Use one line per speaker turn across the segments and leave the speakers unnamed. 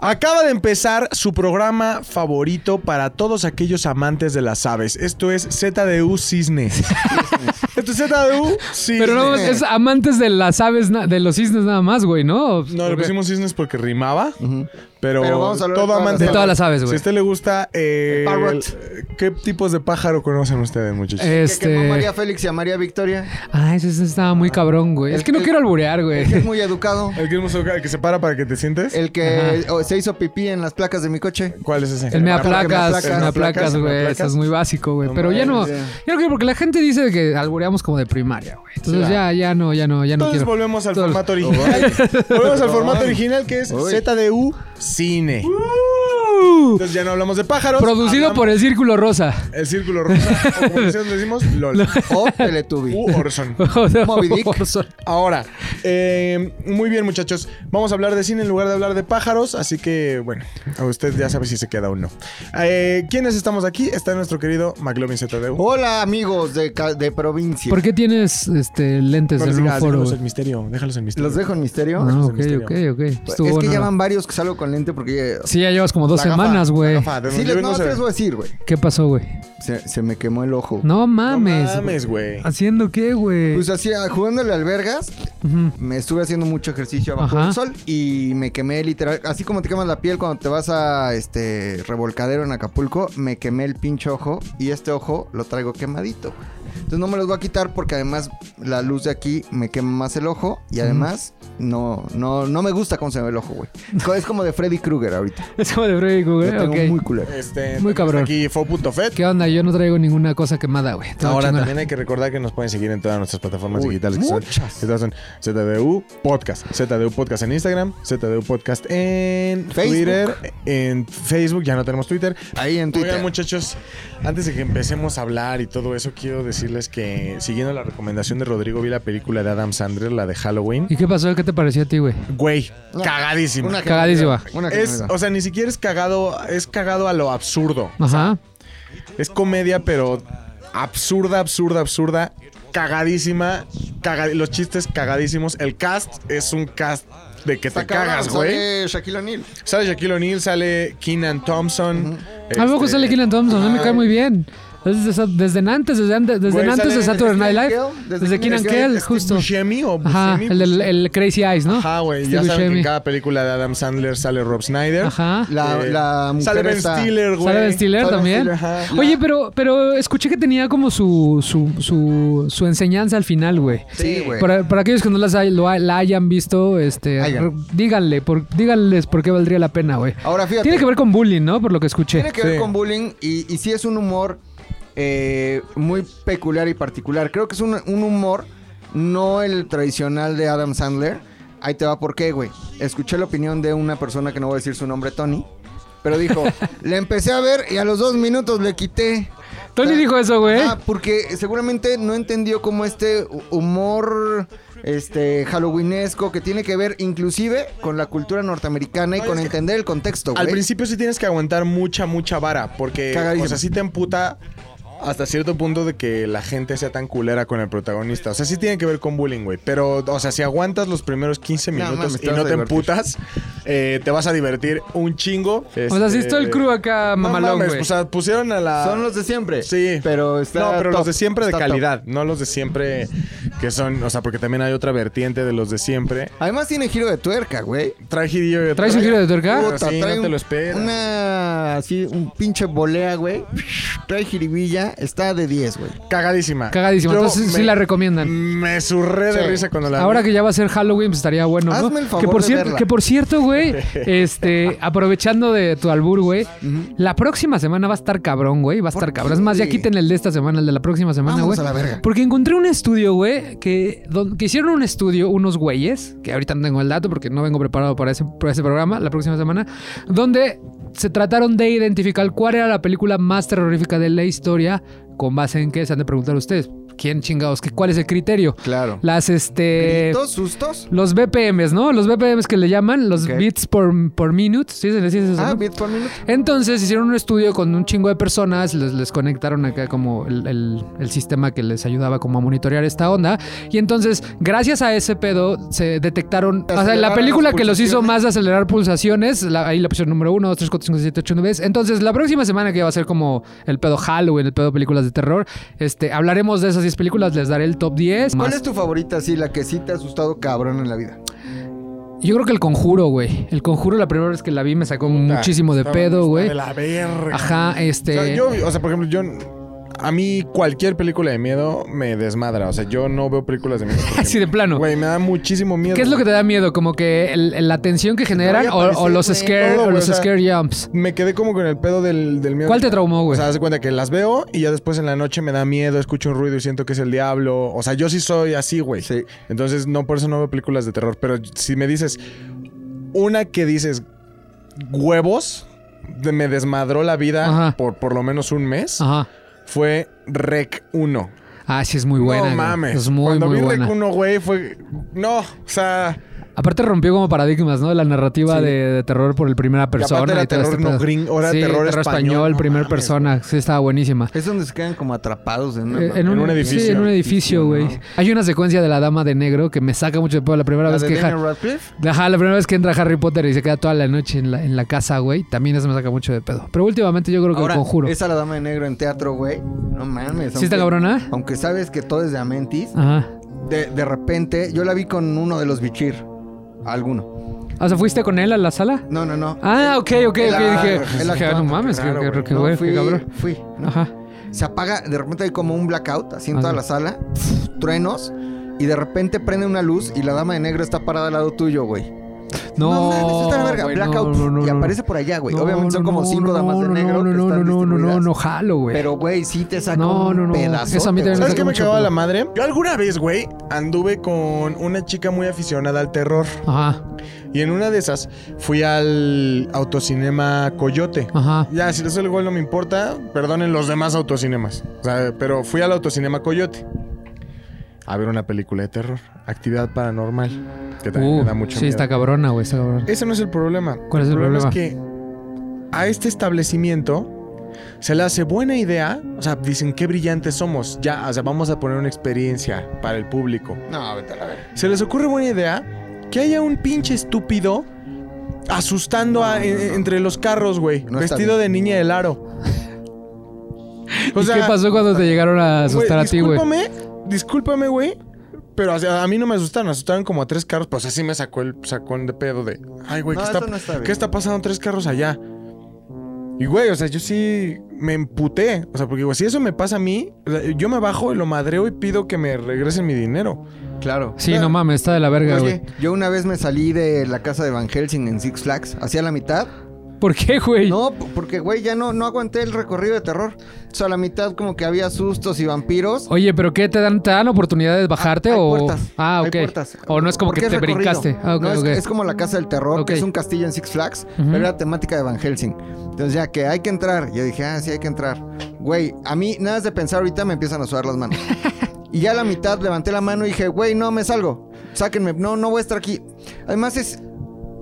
Acaba de empezar su programa favorito para todos aquellos amantes de las aves. Esto es ZDU Cisnes. Esto es ZDU Cisnes.
Pero no, es amantes de las aves, na- de los cisnes nada más, güey,
No,
¿no?
le
Porque-
pusimos cisnes porque rimaba. Pero,
Pero vamos a hablar de
todo
todas las
amante
De todas las aves,
Si a
güey.
usted le gusta. eh,
El parrot.
el- ¿Qué tipos de pájaro conocen ustedes, muchachos?
Que quemó a María
Este.
Félix y a María Victoria.
Ah, ese, ese estaba muy cabrón, güey.
El
Es que no
que-
quiero alburear, güey.
El que es muy educado.
¿El, que, es museo- el que se para para que te sientes?
El que oh, se hizo pipí en las placas de mi coche.
¿Cuál es ese?
El me
Para
aplacas,
que me aplacas,
me aplacas,
me
güey.
aplacas.
Eso es muy básico, güey.
No
Pero ya no,
mames,
ya
ya.
no quiero porque la gente dice que albureamos como de primaria, güey. Entonces ya, ya no, ya no, ya no
Entonces
quiero.
volvemos al
Todos-
formato original. volvemos al formato
Ay.
original que es
Uy.
ZDU Cine.
Uh,
Entonces ya no hablamos de pájaros.
Producido
hablamos-
por el Círculo Rosa.
El Círculo Rosa. o como nosotros decimos, LOL.
O Teletubi.
Uh.
U Orson.
Moby Dick.
Ahora, eh, muy bien muchachos, vamos a hablar de cine en lugar de hablar de pájaros, así que bueno, a usted ya sabe si se queda o no. Eh, ¿Quiénes estamos aquí? Está nuestro querido McLovin ZDU.
Oh,
Hola amigos de, ca- de provincia.
¿Por qué tienes este, lentes
No
del
les
Blue
digas,
Foro?
déjalos
güey?
el misterio, déjalos el misterio.
¿Los dejo en misterio?
Ah, ok,
el
ok,
misterio.
ok. Estuvo
es que
bueno.
ya van varios que salgo con lente porque...
Sí, ya llevas como dos
La gafa,
semanas, güey.
Ajá, de
Sí,
donde
les,
ven
no,
se
te
ve.
les voy a decir, güey.
¿Qué pasó, güey?
Se, se me quemó el ojo.
No
No
mames.
mames, güey.
¿Haciendo qué, güey?
Pues así, jugándole albergas,
Ujú.
me estuve haciendo mucho ejercicio bajo
Ajá.
el sol y me quemé literal. Así como te quemas la piel cuando te vas a este revolcadero en Acapulco, me quemé el pinche ojo y este ojo lo traigo quemadito. güey. Entonces no me los voy a quitar porque además la luz de aquí me quema más el ojo y además no, no, no me gusta cómo se ve el ojo, güey. Co- Es como de Freddy Krueger ahorita.
Es como de Freddy,
Lo
güey.
tengo
ok.
muy culero.
Este,
Muy
tenemos
cabrón.
Aquí fo.fet.
¿Qué onda? Yo no traigo ninguna cosa quemada, güey. Todo
Ahora
chingona.
también hay que recordar que nos pueden seguir en todas nuestras plataformas
Uy,
digitales. que son-
muchas.
que todas son ZDU Podcast, ZDU Podcast en Instagram, ZDU Podcast en
Facebook.
Twitter, en Facebook, ya no tenemos Twitter.
Ahí en Twitter.
Oigan muchachos, antes de que empecemos a hablar y todo eso, quiero decirles que siguiendo la recomendación de Rodrigo vi la película de Adam Sandler, la de Halloween.
¿Y qué pasó? ¿Qué te pareció a ti, güey?
Güey,
No.
cagadísima.
Una
Cagadísima.
genialidad, Una
Es-
genialidad.
o sea, ni siquiera es cagado, es cagado a lo absurdo.
Ajá.
Es comedia, pero absurda, absurda, absurda. Cagadísima. caga- los chistes cagadísimos. El cast es un cast de que te
Está cabrón,
cagas, güey.
sale Shaquille O'Neal.
Sale Shaquille O'Neal, sale Keenan Thompson.
A poco
este,
sale Killian Thompson, no me cae muy bien. Desde, sa- desde antes, desde antes, desde
Güey,
antes de
sale
Saturday Night Live.
Steve Carell,
Desde,
desde
Keenan
Steve
Kell,
Carell,
Steve
justo.
este Buscemi o
Ajá,
Buscemi,
el, del- el Crazy Eyes, ¿no?
Ajá, güey. Ya saben
Steve
que
Buscemi.
en cada película de Adam Sandler sale Rob Snyder.
Ajá.
La,
Eh,
la mujer
sale Ben
esta-
Stiller, güey.
¿Sale Ben Stiller
Sale Ben
también?
Stiller,
ajá.
Oye, pero, pero escuché que tenía como su, su, su, su enseñanza al final, güey.
Sí, güey.
Para, para aquellos que no las hay- lo ha- la hayan visto, este,
Hayan.
r- díganle, por, díganles por qué valdría la pena, güey.
Ahora fíjate.
Tiene que ver con bullying, ¿no? Por lo que escuché.
Tiene que ver
Sí.
con bullying y, y sí es un humor eh, muy peculiar y particular. Creo que es un, un humor, no el tradicional de Adam Sandler. Ahí te va por qué, güey. Escuché la opinión de una persona que no voy a decir su nombre, Tony. Pero dijo, le empecé a ver y a los dos minutos le quité.
Tony dijo eso, güey.
Ah, porque seguramente no entendió como este hu- humor este halloweenesco que tiene que ver inclusive con la cultura norteamericana y
No,
con
es que-
entender el contexto, güey.
Al principio sí tienes que aguantar mucha, mucha vara. Porque,
Cagadísimo.
o sea, sí te emputa hasta cierto punto de que la gente sea tan culera con el protagonista. O sea, sí tiene que ver con bullying, güey. Pero, o sea, si aguantas los primeros 15
No,
minutos
mames, te
y
vas
no
a
te
divertir.
emputas, eh, te vas a divertir un chingo.
o sea, sí está
este,
el crew
crudo
acá, mamalón, güey.
pues,
O sea, pusieron a la...
Son los de siempre.
Sí.
Pero está
No, pero
top,
los de siempre de
está top.
calidad. No los de siempre que son... O sea, porque también hay otra vertiente de los de siempre.
Además tiene giro de tuerca, güey.
Trae girillo...
¿Traes un giro de tuerca?
Pero
Puta,
Ah, sí, no
trae
te
un-
lo esperas.
Una así un pinche volea, güey. Trae jiribilla, está de 10, güey.
Cagadísima.
Cagadísima.
Yo
Entonces, sí la recomiendan.
Mm, Me surré de
Sí.
risa cuando la
Ahora
vi.
que ya va a ser Halloween, pues estaría bueno, ¿no?
Hazme el favor
que por
de
cierto,
verla.
que por cierto, güey, este, aprovechando de tu albur, güey, la próxima semana va a estar cabrón, güey, va a estar
¿Por
cabrón.
qué?
Es más, ya quiten el de esta semana, el de la próxima semana,
Vámonos
güey.
a la verga.
Porque encontré un estudio, güey, que, don- que hicieron un estudio unos güeyes, que ahorita no tengo el dato porque no vengo preparado para ese, para ese programa, la próxima semana, donde se trataron de identificar cuál era la película más terrorífica de la historia con base en que se han de preguntar ustedes. ¿quién chingados? ¿Qué- ¿Cuál es el criterio?
Claro.
Las, este...
¿Gritos? ¿Sustos?
Los BPMs, ¿no? Los BPMs que le llaman, los
Ok.
beats por, por minute. ¿Sí se les dice eso?
Ah,
no?
beat por minuto.
Entonces hicieron un estudio con un chingo de personas, les, les conectaron acá como el, el- el sistema que les ayudaba como a monitorear esta onda. Y entonces, gracias a ese pedo, se detectaron... O sea,
Aceleraron
la
las
película que los hizo
pulsaciones.
más acelerar pulsaciones, la- ahí la opción número 1, 2, 3, 4, 5, 6, 7, 8, 9. Entonces, la próxima semana que va a ser como el pedo Halloween, el pedo películas de terror, este, hablaremos de esas 10 películas, les daré el top 10.
¿Cuál
más-
es tu favorita, sí, la que sí te ha asustado cabrón en la vida?
Yo creo que el conjuro, güey. El conjuro, la primera vez que la vi, me sacó muchísimo de
Está-
pedo,
está
güey.
De la verga.
Ajá,
O
este.
sea, yo, o sea, por ejemplo, yo. A mí cualquier película de miedo me desmadra. O sea, yo no veo películas de miedo. porque,
Así de plano.
Güey, me da muchísimo miedo.
Ah, ¿Qué es lo que te da miedo? Como que el- el- la tensión que generan o, o los
aparecer, güey,
scare,
todo,
o
güey,
los
o sea,
scare jumps.
Me quedé como con el pedo del, del miedo.
¿Cuál te traumó,
O
güey?
sea, haz de cuenta que las veo y ya después en la noche me da miedo, escucho un ruido y siento que es el diablo. O sea, yo sí soy así, güey.
Sí.
Entonces, no por eso no veo películas de terror. Pero si me dices una que dices huevos, de- me desmadró la vida
Ajá. Ah.
por por lo menos un mes,
Ajá. fue
fue Rec 1.
Ah, sí, es muy buena.
no
güey.
mames.
Es muy,
Cuando
muy
vi
buena.
Rec 1, güey, fue. No, o sea.
Aparte rompió como paradigmas, ¿no? La narrativa
Sí.
de, de terror por el primera
aparte
persona.
era
y todo
terror
este
no
pedo.
gringo, ahora
sí,
terror español, no
primer
mames,
persona. Sí, estaba buenísima.
Es donde se quedan como atrapados en una...
Eh,
en un edificio.
Sí, en un edificio, güey.
¿no?
Hay una secuencia de la dama de negro que me saca mucho de pedo. La primera
¿La
vez
de
que... ja-
Daniel Radcliffe?
Ajá, la primera vez que entra Harry Potter y se queda toda la noche en la, en la casa, güey. También eso me saca mucho de pedo. Pero últimamente yo creo que
Ahora,
el conjuro.
esa la dama de negro en teatro, güey. No mames.
¿Sí está
aunque-
cabrona?
Aunque sabes que todo es de Amentis,
Ajá.
de, de repente yo la vi con uno de los Bichir. Alguno.
Ah, O sea, ¿fuiste con él a la sala?
No, no, no.
Ah, ok, ok, ok. Dije,
Él actúa, él
dije, ah,
actúa,
no mames,
claro,
que, que,
güey.
que,
No,
güey,
fui,
qué cabrón.
fui. ¿no?
Ajá.
Se apaga, de repente hay como un blackout así en
Ah,
toda
sí.
la sala, pf, truenos, y de repente prende una luz y la dama de negro está parada al lado tuyo, güey.
No,
mames, esto está la verga,
güey,
blackout,
no, no, no,
y
no.
aparece por allá, güey.
No,
Obviamente son
no,
como
no,
cinco
no,
damas de
no,
negro
No,
que
no, no,
están
no, no, no,
distribuidas.
no, jalo, güey.
Pero, güey, sí te saca
No,
un
no, no.
pedazo.
Eso a mí también
¿Sabes
saca
qué me
mucho
cagaba
pedo.
la madre? Yo alguna vez, güey, anduve con una chica muy aficionada al terror.
Ajá,
Y en una de esas fui al autocinema Coyote.
ajá.
Ya, si les el gol no me importa, perdonen los demás autocinemas. O sea, pero fui al autocinema Coyote a ver una película de terror, actividad paranormal, que también me da
Uh,
mucho
sí,
miedo.
está cabrona, güey, está cabrona.
Ese no es el problema.
¿Cuál es el
es que a este establecimiento se le hace buena idea. O sea, dicen qué brillantes somos. Ya, o sea, vamos a poner una experiencia para el público.
No, vete a la verga.
Se les ocurre buena idea que haya un pinche estúpido asustando a- en- entre los carros, güey.
No está
vestido de niña del aro. O
¿Y
sea,
qué pasó cuando te llegaron a
güey,
asustar a ti, güey?
Discúlpame, discúlpame, güey. Pero o sea, a mí no me asustaron, asustaron como a tres carros. Pues así me sacó el sacón de pedo de. Ay, güey,
No,
¿qué,
eso
está,
no está bien.
¿qué está pasando tres carros allá? Y güey, o sea, yo sí me emputé. O sea, porque güey, si eso me pasa a mí, o sea, yo me bajo y lo madreo y pido que me regresen mi dinero.
Claro.
Sí, no mames, está de la verga, güey.
Oye, yo una vez me salí de la casa de Van Helsing en Six Flags, hacia la mitad.
¿Por qué, güey?
No, p- porque, güey, ya no, no aguanté el recorrido de terror. O sea, a la mitad como que había sustos y vampiros.
Oye, pero ¿qué te dan, te dan oportunidad de bajarte
Ah, Hay
o
puertas,
ah,
hay
ok.
puertas.
O no es como
Porque
que te
recorrido.
brincaste. Ah, ok,
No, es,
ok.
es como la casa del terror,
Ok.
que es un castillo en Six Flags,
Ujú.
pero era temática de Van Helsing. Entonces ya que hay que entrar, yo dije, ah, sí hay que entrar. Güey, a mí nada más de pensar ahorita me empiezan a sudar las manos. y ya a la mitad levanté la mano y dije, güey, no me salgo, sáquenme, no, no voy a estar aquí. Además es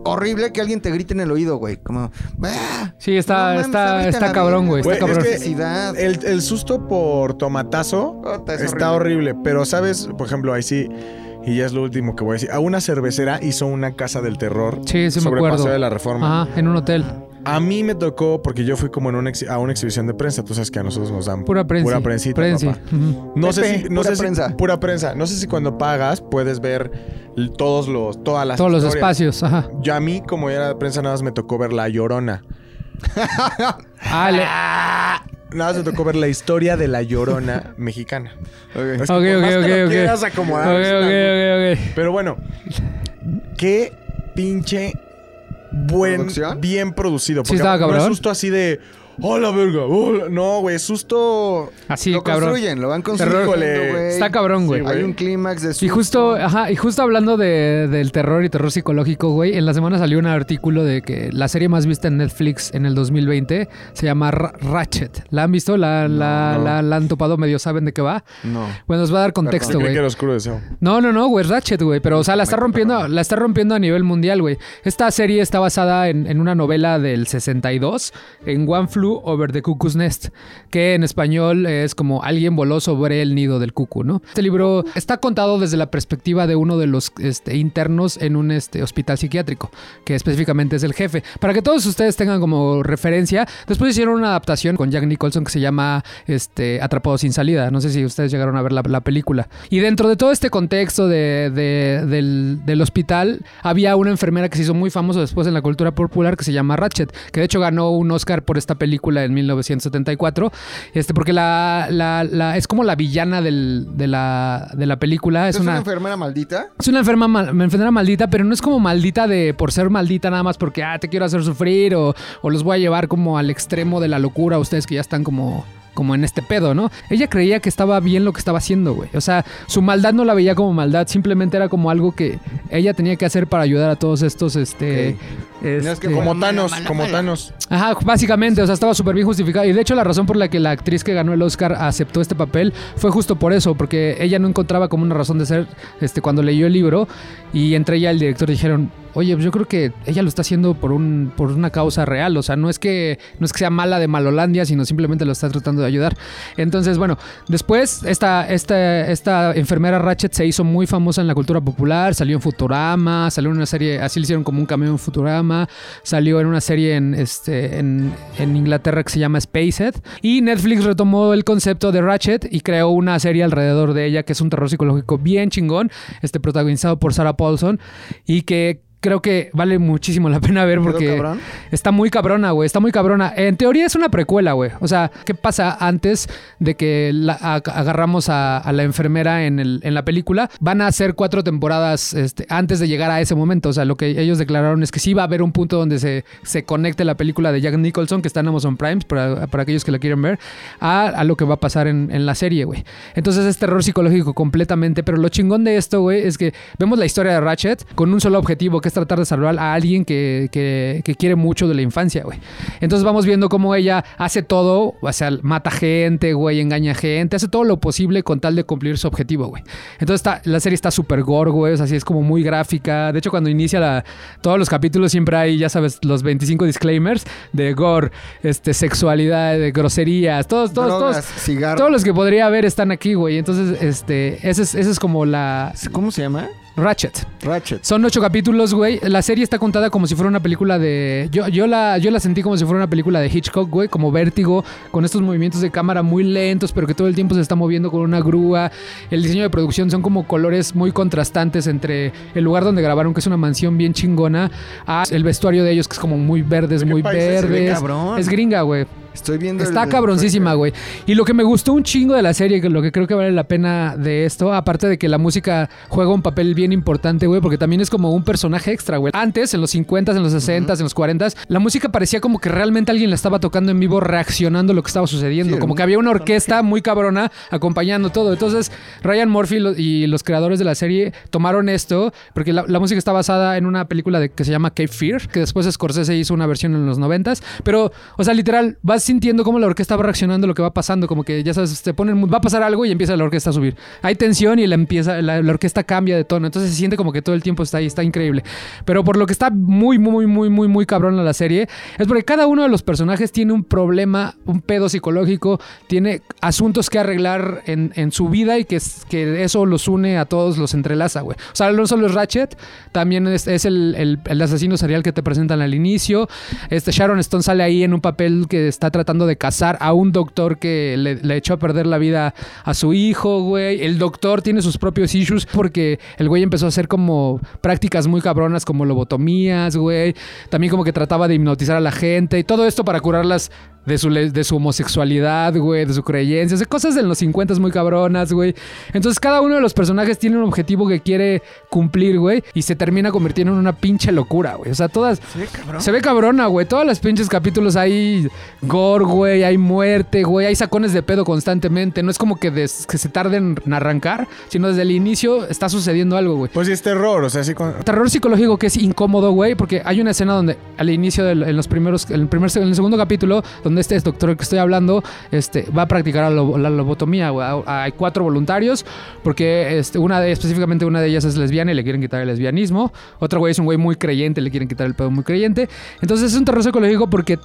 horrible que alguien te grite en el oído, güey, como, "Ah,
Sí, está,
no mames,
está,
ábrete a
está
la
cabrón,
verga".
güey. Está
Güey,
cabrón.
es
Necesidad.
El, el susto por tomatazo
Puta, es
está horrible. Pero, ¿sabes? Por ejemplo, ahí sí, y ya es lo último que voy a decir. A una cervecera hizo una casa del terror
Sí, sí me
sobre
acuerdo.
Paseo de la Reforma.
Ajá, en un hotel.
A mí me tocó, porque yo fui como en una exhi- a una exhibición de prensa. Tú sabes que a nosotros nos dan
Pura prensa.
Pura prensita,
Prensi.
papá.
Ujú.
No sé
Pepe,
si, no
pura
sé si-
prensa.
pura prensa. No sé si cuando pagas puedes ver l- todos los, todas las
Todos los
historias.
espacios, ajá.
Yo a mí, como ya era de prensa, nada más me tocó ver La Llorona.
Ah, le-
Nada más me tocó ver la historia de La Llorona mexicana. Es que
Ok,
por
ok,
más que
ok,
lo
ok.
quieras acomodar,
Ok,
es una-
ok, ok, ok.
Pero bueno, qué pinche buen,
¿Producción?
bien producido.
Sí
Porque
estaba
no es
cabrón.
susto así de, ¡Hola, verga! hola". No, güey, susto.
Así,
lo
cabrón.
construyen, lo van construyendo,
Híjole.
güey.
Está cabrón, güey.
Sí,
Hay un clímax de
Y
susto.
justo, ajá, y justo hablando de- del terror y terror psicológico, güey, en la semana salió un artículo de que la serie más vista en Netflix en el 2020 se llama Ra- Ratchet. ¿La han visto? ¿La, la,
no.
la- la han topado? ¿Medio saben de qué va?
No.
Bueno, os va a dar contexto,
Yo creí
Este güey.
que era oscuro deseo.
No, no, no, güey, Ratchet, güey. Pero, o sea, la está rompiendo, la está rompiendo a nivel mundial, güey. Esta serie está basada en, en una novela del 62, en One Flew Over the Cuckoo's Nest, que en español es como Alguien voló sobre el nido del cucu, ¿no? Este libro está contado desde la perspectiva de uno de los este, internos en un este, hospital psiquiátrico, que específicamente es el jefe. Para que todos ustedes tengan como referencia, después hicieron una adaptación con Jack Nicholson que se llama este, Atrapado sin salida. No sé si ustedes llegaron a ver la, la película. Y dentro de todo este contexto de- de- del, del hospital, había una enfermera que se hizo muy famosa después en la cultura popular que se llama Ratchet, que de hecho ganó un Oscar por esta película en 1974, este, porque la, la- la- es como la villana del- de, la, de la película.
¿Es,
Es,
una...
una,
enfermera maldita?
es una enferma mal- una enfermera maldita, pero no es como maldita de por ser maldita nada más porque ah, te quiero hacer sufrir o, o los voy a llevar como al extremo de la locura, ustedes que ya están como como en este pedo, ¿no? Ella creía que estaba bien lo que estaba haciendo, güey. O sea, su maldad no la veía como maldad, simplemente era como algo que ella tenía que hacer para ayudar a todos estos, este...
No, es que
este-
Como
Mala,
Thanos,
mala,
como
mala.
Thanos.
Ajá, básicamente, o sea, estaba súper bien justificado. Y de hecho, la razón por la que la actriz que ganó el Oscar aceptó este papel fue justo por eso, porque ella no encontraba como una razón de ser este, cuando leyó el libro. Y entre ella y el director dijeron, oye, pues yo creo que ella lo está haciendo por, un, por una causa real. O sea, no es, que, no es que sea mala de Malolandia, sino simplemente lo está tratando de ayudar. Entonces, bueno, después esta, esta, esta enfermera Ratchet se hizo muy famosa en la cultura popular, salió en Futurama, salió en una serie, así le hicieron como un cameo en Futurama, salió en una serie en, este, en, en Inglaterra que se llama Spaced. Y Netflix retomó el concepto de Ratchet y creó una serie alrededor de ella que es un terror psicológico bien chingón, este, protagonizado por Sarah Paulson y que... Creo que vale muchísimo la pena ver
¿Quedó
porque
cabrón?
Está muy cabrona, güey. Está muy cabrona. En teoría es una precuela, güey. O sea, ¿qué pasa antes de que la- a- agarramos a, a la enfermera en, el- en la película? Van a hacer cuatro temporadas este, antes de llegar a ese momento. O sea, lo que ellos declararon es que sí va a haber un punto donde se, se conecte la película de Jack Nicholson, que está en Amazon Prime, para, para aquellos que la quieren ver, a, a lo que va a pasar en, en la serie, güey. Entonces es terror psicológico completamente. Pero lo chingón de esto, güey, es que vemos la historia de Ratchet con un solo objetivo, que es tratar de salvar a alguien que, que- que quiere mucho de la infancia, güey. Entonces vamos viendo cómo ella hace todo, o sea, mata gente, güey, engaña gente, hace todo lo posible con tal de cumplir su objetivo, güey. Entonces está- la serie está súper gore, güey, o sea, sí es como muy gráfica. De hecho, cuando inicia la, todos los capítulos siempre hay, ya sabes, los 25 disclaimers de gore, este, sexualidad, de groserías, todos, todos,
Drogas,
todos.
cigarros.
Todos los que podría haber están aquí, güey. Entonces, este, esa es, esa es como la
¿Cómo se llama?
Ratchet.
Ratchet.
Son ocho capítulos, güey. La serie está contada como si fuera una película de. Yo, yo, la, yo la sentí como si fuera una película de Hitchcock, güey. Como vértigo, con estos movimientos de cámara muy lentos, pero que todo el tiempo se está moviendo con una grúa. El diseño de producción son como colores muy contrastantes entre el lugar donde grabaron, que es una mansión bien chingona, a el vestuario de ellos, que es como muy verdes,
¿De qué
muy
país es? Se ve
verdes.
cabrón.
Es gringa, güey.
Estoy viendo. el-
Está cabroncísima, güey. Y lo que me gustó un chingo de la serie, que lo que creo que vale la pena de esto, aparte de que la música juega un papel bien importante, güey, porque también es como un personaje extra, güey. Antes, en los 50s, en los 60s, en los 40s, la música parecía como que realmente alguien la estaba tocando en vivo, reaccionando a lo que estaba sucediendo.
Sí,
como
el-
que había una orquesta muy cabrona acompañando todo. Entonces, Ryan Murphy lo- y los creadores de la serie tomaron esto, porque la, la música está basada en una película de- que se llama Cape Fear, que después Scorsese hizo una versión en los 90s. Pero, o sea, literal, vas sintiendo cómo la orquesta va reaccionando a lo que va pasando. Como que, ya sabes, te ponen, va a pasar algo y empieza la orquesta a subir. Hay tensión y la, empieza, la, la orquesta cambia de tono. Entonces se siente como que todo el tiempo está ahí, está increíble. Pero por lo que está muy, muy, muy, muy, muy cabrón la serie, es porque cada uno de los personajes tiene un problema, un pedo psicológico, tiene asuntos que arreglar en, en su vida y que, es- que eso los une a todos, los entrelaza, güey. O sea, no solo es Ratchet, también es, es el, el- el asesino serial que te presentan al inicio. Este Sharon Stone sale ahí en un papel que está tratando de cazar a un doctor que le, le echó a perder la vida a su hijo, güey. El doctor tiene sus propios issues porque el güey empezó a hacer como prácticas muy cabronas como lobotomías, güey. También como que trataba de hipnotizar a la gente y todo esto para curar las de su, le- de su homosexualidad, güey, de su creencia, de cosas en los 50 muy cabronas, güey. Entonces cada uno de los personajes tiene un objetivo que quiere cumplir, güey, y se termina convirtiendo en una pinche locura, güey. O sea, todas... Se ve cabrona, güey. Todas las pinches capítulos hay gore, güey, hay muerte, güey, hay sacones de pedo constantemente. No es como que, des- que se tarden en arrancar, sino desde el inicio está sucediendo algo, güey
Pues sí, es terror, o sea, sí. Con...
terror psicológico que es incómodo, güey, porque hay una escena donde al inicio del, en los primeros, en el primer, en el segundo capítulo, donde este doctor que estoy hablando, este, va a practicar la, lo- la lobotomía, güey. Hay cuatro voluntarios, porque este, una de, específicamente una de ellas es lesbiana y le quieren quitar el lesbianismo. Otro güey es un güey muy creyente, le quieren quitar el pedo muy creyente. Entonces es un terror psicológico porque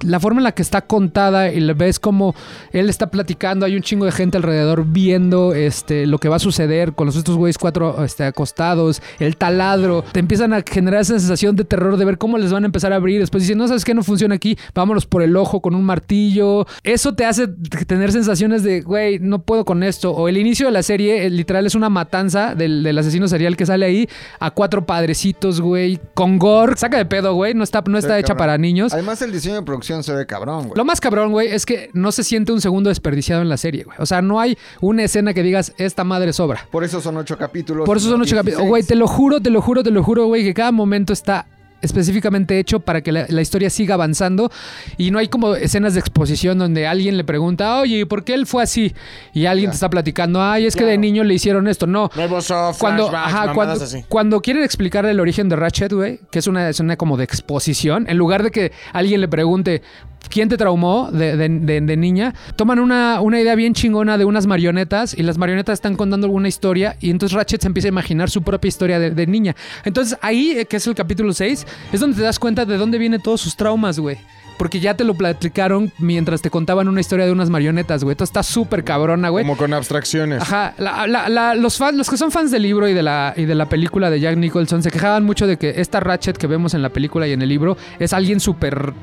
la forma en la que está contada y le ves como él está platicando, hay un chingo de gente alrededor viendo este, lo que va a suceder con los estos güeyes cuatro este, acostados, el taladro, te empiezan a generar esa sensación de terror de ver cómo les van a empezar a abrir, después dicen, no sabes qué, no funciona aquí, vámonos por el ojo con un martillo, eso te hace t- tener sensaciones de, güey, no puedo con esto, o el inicio de la serie eh, literal es una matanza del, del asesino serial que sale ahí a cuatro padrecitos, güey, con gore, saca de pedo, güey, no está, no está hecha
cabrón.
para niños.
Además, el diseño de producción se ve cabrón, güey.
Lo más cabrón, güey, es que no se siente un segundo desperdiciado en la serie, güey. O sea, no hay una escena que digas, esta madre sobra.
Por eso son ocho capítulos.
Por eso son ocho capítulos. Oh,
16.
Güey, te lo juro, te lo juro, te lo juro, güey, que cada momento está específicamente hecho para que la, la historia siga avanzando y no hay como escenas de exposición donde alguien le pregunta, oye, ¿por qué él fue así? Y alguien te está platicando, ay, es que de niño le hicieron esto. No,
Nuevos soft,
cuando,
flashbacks,
ajá,
mamadas
cuando,
así.
cuando quieren explicar el origen de Ratchet, güey, que es una escena como de exposición, en lugar de que alguien le pregunte quién te traumó de, de- de- de niña, toman una, una idea bien chingona de unas marionetas y las marionetas están contando alguna historia y entonces Ratchet se empieza a imaginar su propia historia de, de niña. Entonces ahí, eh, que es el capítulo 6, es donde te das cuenta de dónde vienen todos sus traumas, güey. Porque ya te lo platicaron mientras te contaban una historia de unas marionetas, güey. Entonces está súper cabrona, güey.
Como con abstracciones.
Ajá, la- la- la- los, fans, los que son fans del libro y de, la, y de la película de Jack Nicholson se quejaban mucho de que esta Ratchet que vemos en la película y en el libro es alguien súper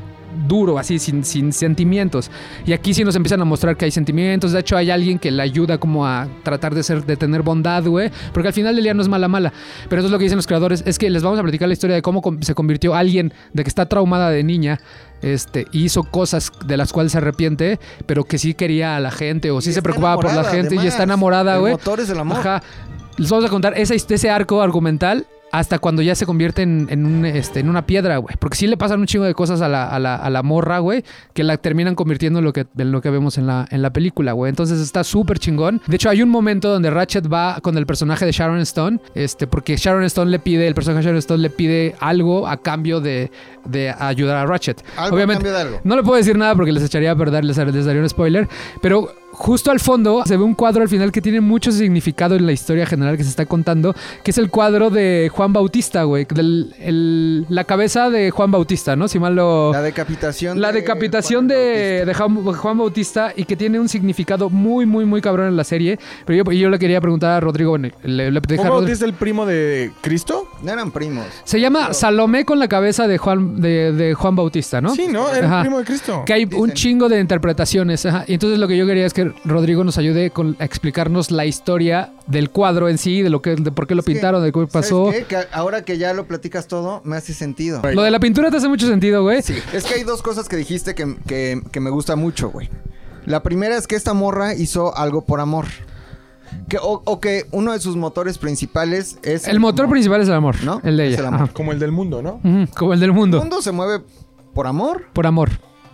duro, así, sin, sin sentimientos. Y aquí sí nos empiezan a mostrar que hay sentimientos. De hecho, hay alguien que le ayuda como a tratar de ser, de tener bondad, güey. Porque al final del día no es mala mala. Pero eso es lo que dicen los creadores. Es que les vamos a platicar la historia de cómo com- se convirtió alguien de que está traumada de niña. Este, y hizo cosas de las cuales se arrepiente, pero que sí quería a la gente, o sí
Y
se
está
preocupaba por la
enamorada,
gente y está
además.
enamorada,
El
güey.
motor es el amor.
Ajá. Les vamos a contar ese, ese arco argumental hasta cuando ya se convierte en, en un, este, en una piedra, güey. Porque sí le pasan un chingo de cosas a la, a la- a la morra, güey, que la terminan convirtiendo en lo que, en lo que vemos en la, en la película, güey. Entonces está súper chingón. De hecho, hay un momento donde Ratchet va con el personaje de Sharon Stone, este, porque Sharon Stone le pide, el personaje de Sharon Stone le pide algo a cambio de, de ayudar a Ratchet.
Algo a cambio de algo.
No le puedo decir nada porque les echaría a perder, les, les daría un spoiler. Pero justo al fondo se ve un cuadro al final que tiene mucho significado en la historia general que se está contando, que es el cuadro de Juan Bautista, güey. del- el- la cabeza de Juan Bautista, ¿no? Si mal lo...
La decapitación.
La
de
decapitación
Juan
de, de Juan, Juan Bautista y que tiene un significado muy, muy, muy cabrón en la serie. Pero yo, yo le quería preguntar a Rodrigo. bueno, le- le- dejar-
¿Cómo es el primo de Cristo?
Bautista. No eran primos.
se llama Salomé con la cabeza de Juan, de, de Juan Bautista, ¿no?
Sí, ¿no? Era
Ajá.
el primo de Cristo.
Que hay un
Dicen.
chingo de interpretaciones. ajá. Y entonces lo que yo quería es que Rodrigo nos ayude con, a explicarnos la historia del cuadro en sí, de lo que, de por qué lo
Es que,
pintaron, de qué
¿sabes
pasó.
qué? Que ahora que ya lo platicas todo, me hace sentido.
Lo de la pintura te hace mucho sentido, güey.
Es que hay dos cosas que dijiste que, que- que me gusta mucho, güey. La primera es que esta morra hizo algo por amor. Que, o, o que uno de sus motores principales es...
El motor
amor.
principal es el amor,
¿No?
El de
Es
ella.
el amor.
ajá.
Como el del mundo, ¿no?
Ujú, Como el del
El
mundo.
mundo se mueve por amor
Por amor.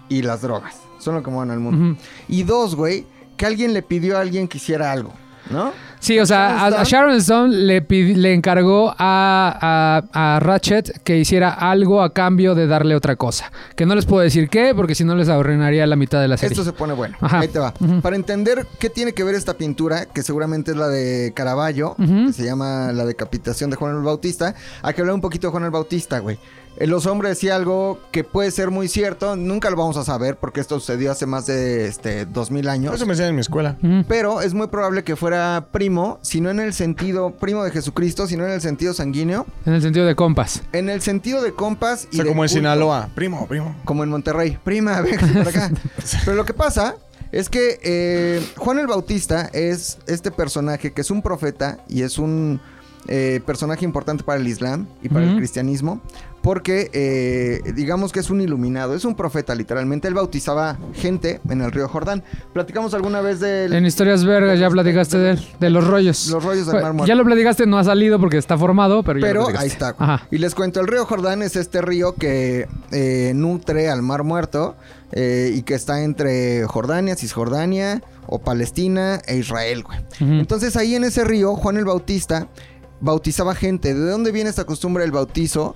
y las drogas. Son lo que mueven al mundo.
Ujú.
Y dos, güey, que alguien le pidió a alguien que hiciera algo, ¿no?
Sí, o sea, a, a Sharon Stone le, pid- le encargó a, a- a Ratchet que hiciera algo a cambio de darle otra cosa. Que no les puedo decir qué, porque si no les arruinaría la mitad de la serie.
Esto se pone bueno.
Ajá.
Ahí te va.
Ujú.
Para entender qué tiene que ver esta pintura, que seguramente es la de Caravaggio,
Ujú.
que se llama La decapitación de Juan el Bautista, hay que hablar un poquito de Juan el Bautista, güey. El hombres decía algo que puede ser muy cierto, nunca lo vamos a saber porque esto sucedió hace más de este 2000 años.
Eso me enseñan en mi escuela.
Ujú.
Pero es muy probable que fuera primo, si no en el sentido primo de Jesucristo, sino en el sentido sanguíneo,
En el sentido de compas.
en el sentido de compas
O
y
sea,
de
como en
culto
Sinaloa. Primo, primo.
como en Monterrey. Prima, venga para acá. Pero lo que pasa es que eh, Juan el Bautista es este personaje que es un profeta y es un eh, personaje importante para el Islam y para el
Ujú.
cristianismo, porque eh, digamos que es un iluminado, es un profeta literalmente. Él bautizaba gente en el río Jordán. Platicamos alguna vez del...
En historias vergas ya platicaste de, él, de los rollos.
Los rollos del
Pues,
Mar Muerto.
Ya lo platicaste, no ha salido porque está formado, pero ya lo
Pero
platicaste.
ahí está. güey.
Ajá.
Y les cuento, el río Jordán es este río que eh, nutre al Mar Muerto eh, y que está entre Jordania, Cisjordania o Palestina e Israel, güey.
Ujú.
Entonces ahí en ese río, Juan el Bautista bautizaba gente. ¿De dónde viene esta costumbre del bautizo?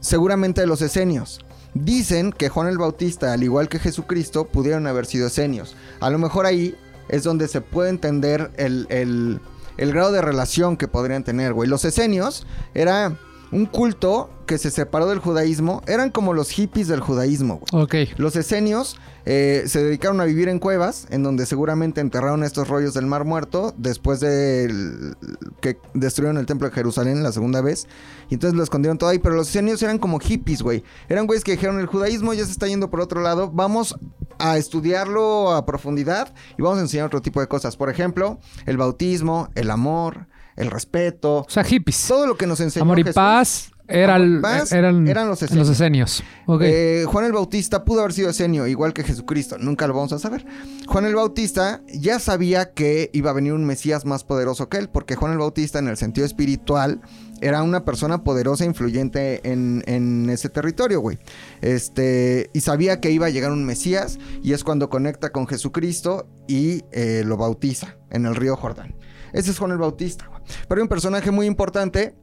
Seguramente de los esenios. Dicen que Juan el Bautista, al igual que Jesucristo, pudieron haber sido esenios. A lo mejor ahí es donde se puede entender el, el- el grado de relación que podrían tener, güey. Los esenios era un culto que se separó del judaísmo. Eran como los hippies del judaísmo, güey.
Ok.
Los esenios eh, se dedicaron a vivir en cuevas, en donde seguramente enterraron estos rollos del Mar Muerto después de el- que destruyeron el Templo de Jerusalén la segunda vez. Y entonces lo escondieron todo ahí. Pero los esenios eran como hippies, güey. Eran güeyes que dijeron: el judaísmo ya se está yendo por otro lado. Vamos a estudiarlo a profundidad y vamos a enseñar otro tipo de cosas. Por ejemplo, el bautismo, el amor, el respeto.
O sea, hippies.
Todo lo que nos enseñó
Amor y
Jesús.
paz. Era
Amor y
el-
paz
eran,
eran los esenios.
esenios. Ok.
Eh, Juan el Bautista pudo haber sido esenio, igual que Jesucristo, nunca lo vamos a saber. Juan el Bautista ya sabía que iba a venir un Mesías más poderoso que él, porque Juan el Bautista en el sentido espiritual era una persona poderosa e influyente en, en ese territorio, güey. Este, y sabía que iba a llegar un Mesías, y es cuando conecta con Jesucristo y eh, lo bautiza en el río Jordán. Ese es Juan el Bautista, güey. Pero hay un personaje muy importante.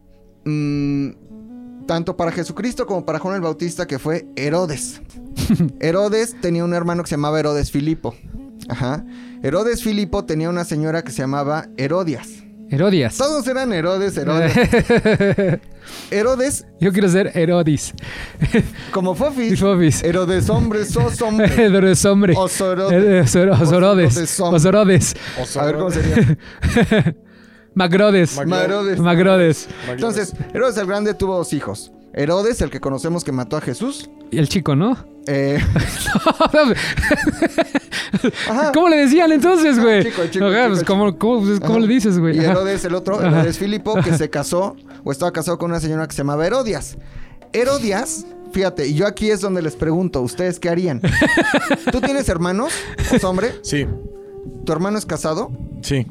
mm, tanto para Jesucristo como para Juan el Bautista, que fue Herodes. Herodes tenía un hermano que se llamaba Herodes Filipo. Ajá. Herodes Filipo tenía una señora que se llamaba Herodias.
Herodias.
Todos eran Herodes, Herodes. Herodes,
Yo quiero ser Herodis.
como Fofis.
Difobis.
Herodes hombre, sos Eh, hombre.
Herodes hombre.
Osorodes.
Osor-
Osorodes
Osorodes.
hombre.
Osorodes.
A ver cómo sería.
Magrodes.
Mag-
Marodes.
Magrodes.
Entonces, Herodes el Grande tuvo dos hijos. Herodes, el que conocemos que mató a Jesús.
Y el chico, ¿no?
Eh, Ah. ajá.
¿Cómo le decían entonces, güey?
chico, chico,
Ajá,
chico,
pues,
chico.
¿Cómo, cómo- pues, cómo
Ajá.
le dices, güey?
Y
Ajá.
Herodes, el otro,
Ajá.
Herodes Filipo, que se casó o estaba casado con una señora que se llamaba Herodias. Herodias, fíjate, y yo aquí es donde les pregunto, ¿ustedes qué harían? ¿Tú tienes hermanos? ¿Es hombre?
Sí,
¿Tu hermano es casado?
sí.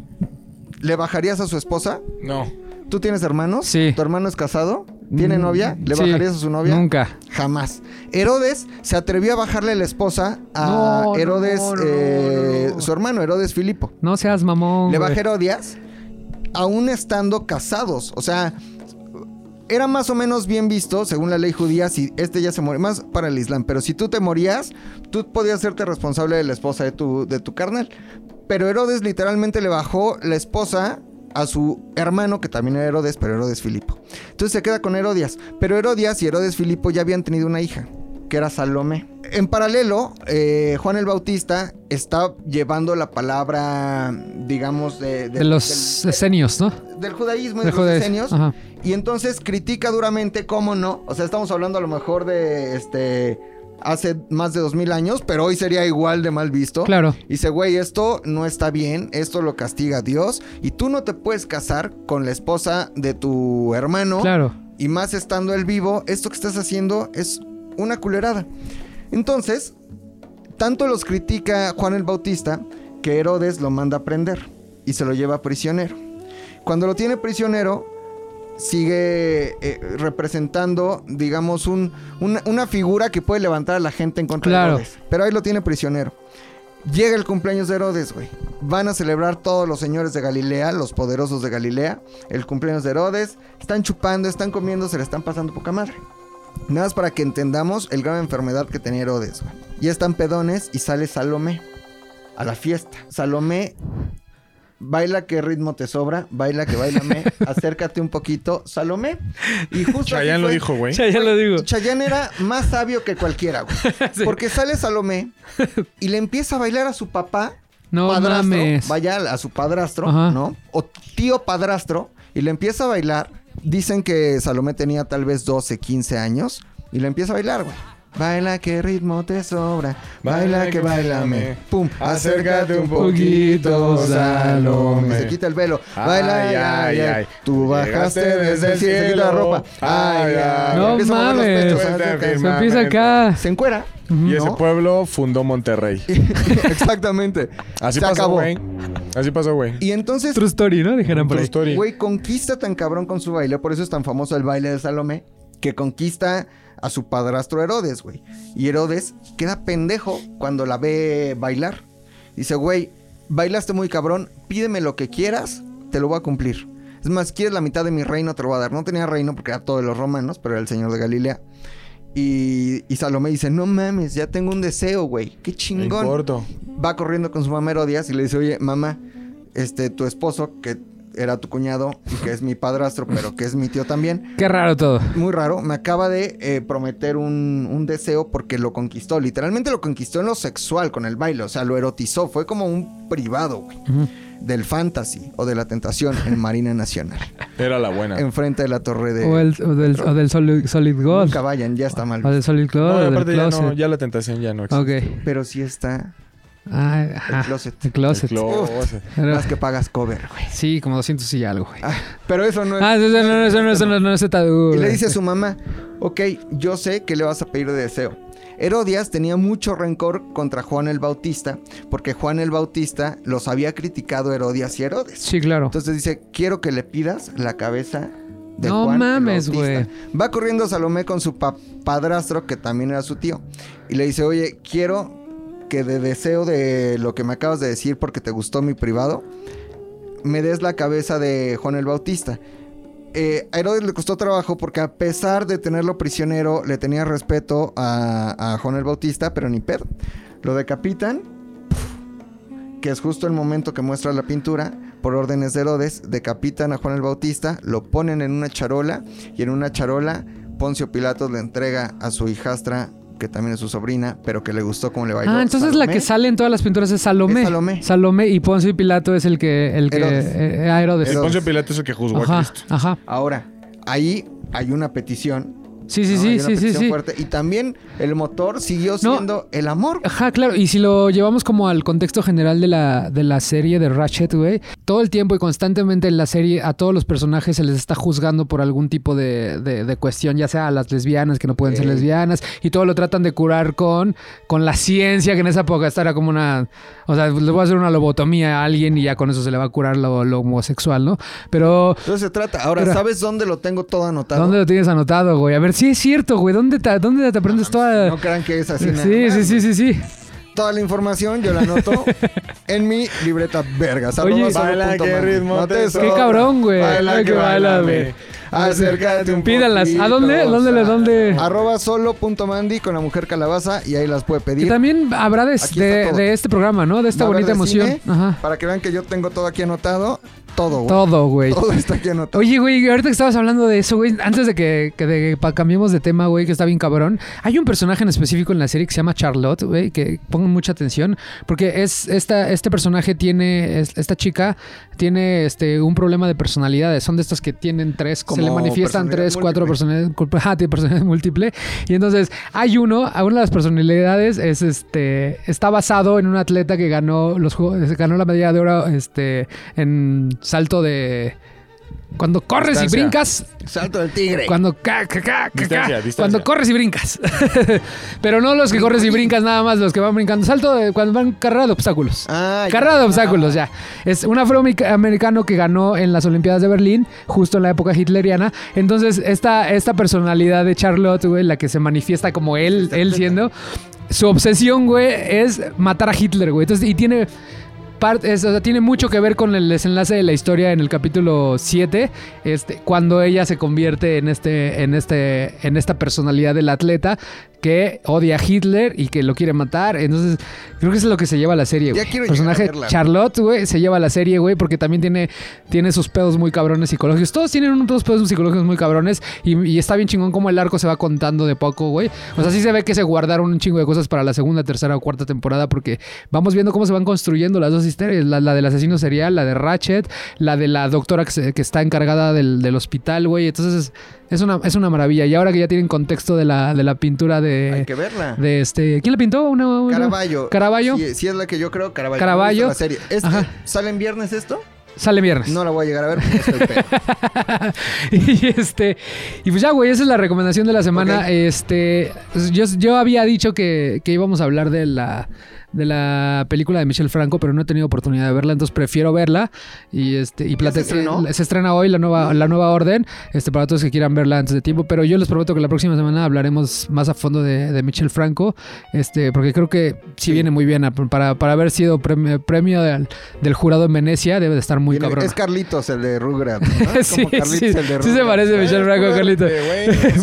¿Le bajarías a su esposa?
No.
¿Tú tienes hermanos?
Sí.
¿Tu hermano es casado? ¿Tiene
Mm,
novia? ¿Le
sí.
bajarías a su novia?
Nunca.
Jamás. Herodes se atrevió a bajarle la esposa a
No, no,
Herodes,
no, no,
eh,
no.
su hermano, Herodes Filipo.
No seas mamón.
Le
güey.
bajé Herodias, aún estando casados. O sea, era más o menos bien visto, según la ley judía, si este ya se muere, más para el Islam. Pero si tú te morías, tú podías hacerte responsable de la esposa de tu, de tu carnal. Pero Herodes literalmente le bajó la esposa a su hermano, que también era Herodes, pero Herodes Filipo. Entonces se queda con Herodias. Pero Herodias y Herodes Filipo ya habían tenido una hija, que era Salomé. En paralelo, eh, Juan el Bautista está llevando la palabra, digamos, de, de-
De los
del,
esenios, ¿no?
del judaísmo y
De
de los
Judas.
esenios.
Ajá.
Y entonces critica duramente, ¿cómo no? O sea, estamos hablando a lo mejor de este hace más de 2000 años, pero hoy sería igual de mal visto.
Claro.
Y dice, güey, esto no está bien, esto lo castiga Dios y tú no te puedes casar con la esposa de tu hermano
Claro.
y más estando él vivo, esto que estás haciendo es una culerada. Entonces, tanto los critica Juan el Bautista que Herodes lo manda a prender y se lo lleva prisionero. Cuando lo tiene prisionero, sigue eh, representando, digamos, un- una, una figura que puede levantar a la gente en contra
Claro.
de Herodes. Pero ahí lo tiene prisionero. Llega el cumpleaños de Herodes, güey. Van a celebrar todos los señores de Galilea, los poderosos de Galilea, el cumpleaños de Herodes. Están chupando, están comiendo, se le están pasando poca madre. Nada más para que entendamos el grave enfermedad que tenía Herodes, güey. Ya están pedones y sale Salomé a la fiesta. Salomé, baila que ritmo te sobra, baila que bailame, acércate un poquito, Salomé. Y justo. así
Chayanne lo
fue.
dijo, güey.
Ya, ya lo digo.
Chayanne era más sabio que cualquiera, güey. Porque sale Salomé y le empieza a bailar a su papá,
No
padrastro,
mames.
vaya a su padrastro,
Ajá.
¿no? O tío padrastro, y le empieza a bailar. Dicen que Salomé tenía tal vez 12, 15 años, y le empieza a bailar, güey. Baila que ritmo te sobra.
Baila
Baila que
que
bailame.
bailame.
Pum.
Acércate un
poquito,
poquito, Salome.
Se quita el velo.
Ay,
Baila, ay, ay,
ay, ay.
Tú bajaste
Llegaste
desde el cielo. Se quita la ropa. Ay, ay.
No
Empieza a mover los
mames.
pechos, acércate.
Se
Firmamento.
empieza acá.
Se encuera.
Y ese
¿No?
pueblo fundó Monterrey.
Exactamente.
Así
Se
pasó,
acabó.
güey. Así pasó, güey.
Y entonces,
True story, ¿no? Dijeron por
True
ahí.
story.
güey, conquista tan cabrón con su baile. Por eso es tan famoso el baile de Salomé. Que conquista a su padrastro Herodes, güey. Y Herodes queda pendejo cuando la ve bailar. Dice, güey, bailaste muy cabrón. Pídeme lo que quieras. Te lo voy a cumplir. Es más, quieres la mitad de mi reino, te lo voy a dar. No tenía reino porque era todo de los romanos, pero era el señor de Galilea. Y, y Salomé dice, no mames, ya tengo un deseo, güey. Qué
En
chingón
corto.
va corriendo con su mamá Herodias y le dice, oye, mamá, este, tu esposo, que era tu cuñado y que es mi padrastro, pero que es mi tío también,
Qué raro todo.
muy raro, me acaba de eh, prometer un, un deseo porque lo conquistó, literalmente lo conquistó en lo sexual con el baile, o sea, lo erotizó, fue como un privado, güey, del fantasy o de la tentación en Marina Nacional,
Era la buena.
enfrente de la torre de...
O, el, o del, o del Solid, Solid Gold.
Nunca vayan, ya está mal.
O del Solid Gold.
No,
o
y
del
aparte ya, no,
closet.
ya la tentación ya no existe.
Ok.
Pero sí está
Ay, ajá.
El closet.
El closet.
El closet.
Pero-
las que pagas cover, güey.
sí, como 200 y algo, güey.
Ah, pero eso no es...
Ah, eso, eso no, eso no, eso no, no es atadura.
Y le dice a su mamá, ok, yo sé que le vas a pedir de deseo. Herodias tenía mucho rencor contra Juan el Bautista, porque Juan el Bautista los había criticado Herodias y Herodes.
Sí, claro.
Entonces dice, quiero que le pidas la cabeza de
No
Juan el
mames,
Bautista". Va corriendo Salomé con su pa- padrastro, que también era su tío, y le dice, oye, quiero que de deseo de lo que me acabas de decir porque te gustó mi privado, me des la cabeza de Juan el Bautista. Eh, a Herodes le costó trabajo porque a pesar de tenerlo prisionero, le tenía respeto a, a Juan el Bautista, pero ni pedo. Lo decapitan, que es justo el momento que muestra la pintura, por órdenes de Herodes, decapitan a Juan el Bautista, lo ponen en una charola y en una charola Poncio Pilatos le entrega a su hijastra, que también es su sobrina, pero que le gustó como le bailó.
Ah, entonces la que
Salomé.
sale en todas las pinturas es Salomé.
Es Salomé.
y Poncio y Pilato es el que. El que
Herodes.
eh, eh, ah, Herodes.
El
Herodes.
Poncio Pilato es el que juzgó a
Ajá,
Cristo.
ajá.
Ahora, ahí hay una petición.
Sí, sí,
¿no? Hay
sí,
una
sí, sí,
petición
sí.
fuerte. Y también el motor siguió siendo el amor.
Ajá, claro. Y si lo llevamos como al contexto general de la, de la serie de Ratchet, güey, todo el tiempo y constantemente en la serie a todos los personajes se les está juzgando por algún tipo de, de- de cuestión, ya sea a las lesbianas que no pueden ser
Ey.
lesbianas, y todo lo tratan de curar con, con la ciencia, que en esa época esta era como una... O sea, le voy a hacer una lobotomía a alguien y ya con eso se le va a curar lo, lo homosexual, ¿no? Pero...
Entonces se trata. Ahora,
Pero-
¿sabes dónde lo tengo todo anotado?
¿Dónde lo tienes anotado, güey? A ver, sí es cierto, güey. ¿Dónde te, dónde te aprendes toda...?
No crean que es así. nada
sí,
más.
sí, sí, sí, sí.
Toda la información yo la anoto en mi libreta vergas.
Oye,
Arroba solo
Baila
punto
que
mami.
ritmo
No te
te
sobra.
Qué cabrón, güey.
Baila
Ay,
que
qué baila,
bailame.
güey.
Acércate un
Pídanlas.
poquito.
¿A dónde? ¿Dónde le- dónde?
Arroba solo punto mandy con la mujer calabaza y ahí las puede
Que
pedir.
también habrá de,
Aquí
de-
está todo.
de este programa, ¿no? De esta
Va a haber
bonita
de
emoción.
cine,
Ajá.
Para que vean que yo tengo todo aquí anotado. Todo, güey.
Todo, güey.
Todo está aquí anotado.
Oye, güey, ahorita que estabas hablando de eso, güey, antes de que, que de- pa- cambiemos de tema, güey, que está bien cabrón, hay un personaje en específico en la serie que se llama Charlotte, güey, que pongan mucha atención, porque es esta, este personaje tiene, es- esta chica tiene este un problema de personalidades, son de estas que tienen tres,
Como
se le manifiestan
personalidad
tres, cuatro
múltiple.
personalidades, culpa- ajá, tiene personalidad múltiple, y entonces hay uno, a una de las personalidades es este, está basado en un atleta que ganó los juegos, ganó la medalla de oro, este, en salto de cuando corres
Distancia.
y brincas.
Salto del tigre.
Cuando, ca, ca, ca, ca,
Distancia,
ca,
distancia.
cuando corres y brincas. Pero no los que corres y brincas, nada más los que van brincando. Salto de, cuando van carrera de obstáculos.
Ah, ya.
carrera de obstáculos, ya. Es un afroamericano que ganó en las Olimpiadas de Berlín, justo en la época hitleriana. Entonces, esta, esta personalidad de Charlotte, güey, la que se manifiesta como él, él siendo, su obsesión, güey, es matar a Hitler, güey. Entonces, y tiene parte, es- o sea, tiene mucho que ver con el desenlace de la historia en el capítulo 7, este, cuando ella se convierte en este, en este, en esta personalidad del atleta que odia a Hitler y que lo quiere matar. Entonces, creo que eso es lo que se lleva la serie,
Ya
güey.
quiero
El personaje
llegar a verla.
Charlotte, güey, se lleva la serie, güey, porque también tiene, tiene sus pedos muy cabrones psicológicos. Todos tienen unos pedos psicológicos muy cabrones y, y está bien chingón cómo el arco se va contando de poco, güey. O sea, sí se ve que se guardaron un chingo de cosas para la segunda, tercera o cuarta temporada porque vamos viendo cómo se van construyendo las dos Sister, la, la del asesino serial, la de Ratchet, la de la doctora que, se- que está encargada del, del hospital, güey. Entonces es, es una, es una maravilla. Y ahora que ya tienen contexto de la, de la pintura
Hay
de,
que verla.
de este. ¿Quién la pintó? Una, una-
Caraballo.
Caraballo.
Si, es la que yo creo, Caraballo.
Caraballo.
Me gusta La serie. Este,
Ajá. Pues
¿Sale en viernes esto?
Sale viernes.
No la voy a llegar a ver porque estoy pedo.
y este y pues ya güey esa es la recomendación de la semana
Ok.
este yo, yo había dicho que, que íbamos a hablar de la de la película de Michel Franco pero no he tenido oportunidad de verla entonces prefiero verla y este y
¿Ya se
plate-
estrenó?
eh, se estrena hoy la nueva la nueva orden este para todos que quieran verla antes de tiempo pero yo les prometo que la próxima semana hablaremos más a fondo de, de Michel Franco este porque creo que sí, viene muy bien a- para, para haber sido premio, premio del, del jurado en Venecia debe de estar muy
Viene-
cabrón
Es Carlitos, el de Rugrats. ¿no? Es
Sí,
como Carlitos,
sí,
el de eh,
sí se
Rugrats.
parece Michel Franco, Carlito.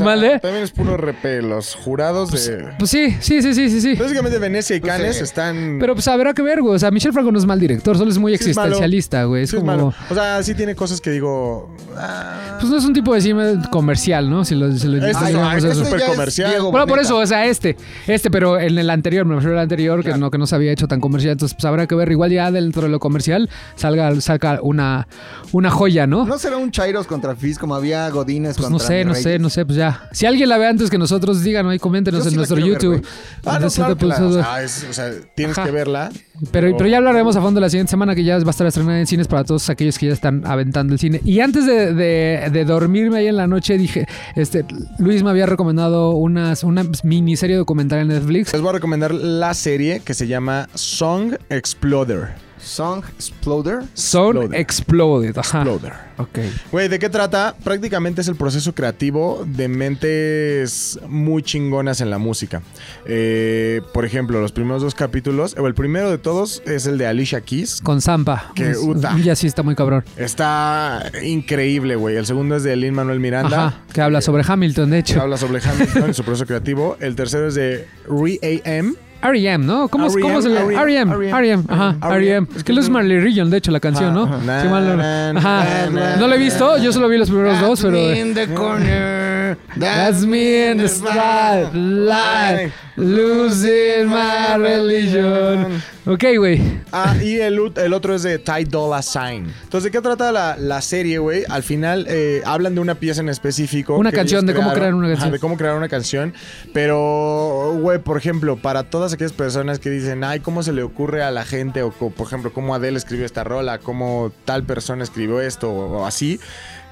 ¿Male?
También es puro repe. Los jurados de.
Pues sí, sí, sí, sí, sí, sí.
Básicamente Venecia y
Pues,
Cannes
eh,
están.
Pero pues habrá que ver, güey. O sea, Michel Franco no es mal director, solo es muy
Sí es malo.
existencialista, güey. Es
sí, es
como.
malo. O sea, sí tiene cosas que digo. ah,
pues no es un tipo de cine comercial, ¿no? Si lo, si lo
Este
si
es-
lo
ah,
llamamos
este
eso.
es súper
ya es
comercial.
Diego
Bueno, por
Boneta.
eso, o sea, este. Este, pero en el anterior, me refiero al anterior, que, no, que no se había hecho tan comercial. Entonces, pues habrá que ver, igual ya dentro de lo comercial salga, saca una, una joya, ¿no?
¿No será un Chairos contra Fizz como había Godines
pues no
contra
sé, no
Reyes?
sé, no sé, pues ya. Si alguien la ve antes que nosotros, díganos ahí, coméntenos
Yo
en
sí la
nuestro
quiero ver,
YouTube.
Ah, no,
Entonces,
claro,
pues,
claro. O, sea, es- o sea, tienes
Ajá.
que verla.
Pero, pero ya hablaremos a fondo la siguiente semana que ya va a estar estrenada en cines para todos aquellos que ya están aventando el cine. Y antes de, de- de dormirme ahí en la noche dije, este, Luis me había recomendado unas, una miniserie documental en Netflix.
Les voy a recomendar la serie que se llama Song Exploder.
Ah.
Song Exploder.
Son
Exploded.
Exploded. Ajá.
Exploder.
Ok.
Güey, ¿de qué trata? Prácticamente es el proceso creativo de mentes muy chingonas en la música. Eh, por ejemplo, los primeros dos capítulos, o el primero de todos es el de Alicia Keys.
Con Zampa.
Qué uta.
Ya sí está muy cabrón.
Está increíble, güey. El segundo es de Lin Manuel Miranda.
Ajá. Que habla sobre Hamilton, de
que
hecho.
habla sobre Hamilton y su proceso creativo. El tercero es de Re-AM.
R.E.M., E ¿no? ¿Cómo, es- E
R.E.M.,
cómo se le
R.E.M.,
R.E.M., R.E.M., ajá,
R.E.M..
R.E.M.
E Es
Que
que
los
no-
Marley Region, de hecho, la canción, ¿no?
Ajá.
Sí, mal no- Ajá. No lo he visto, yo solo vi los primeros
Ah,
dos, pero...
In the corner.
That's me in the spotlight, losing my religion. Ok, güey.
Ah, y el, ut- el otro es de Ty Dolla Sign. Entonces, ¿de qué trata la, la serie, güey? Al final eh, hablan de una pieza en específico.
Una
que
canción,
ellos
de cómo crear una
Ajá,
canción.
de cómo crear una canción. Pero, güey, por ejemplo, para todas aquellas personas que dicen, ay, ¿cómo se le ocurre a la gente? O, co- por ejemplo, ¿cómo Adele escribió esta rola? ¿Cómo tal persona escribió esto? O, o así.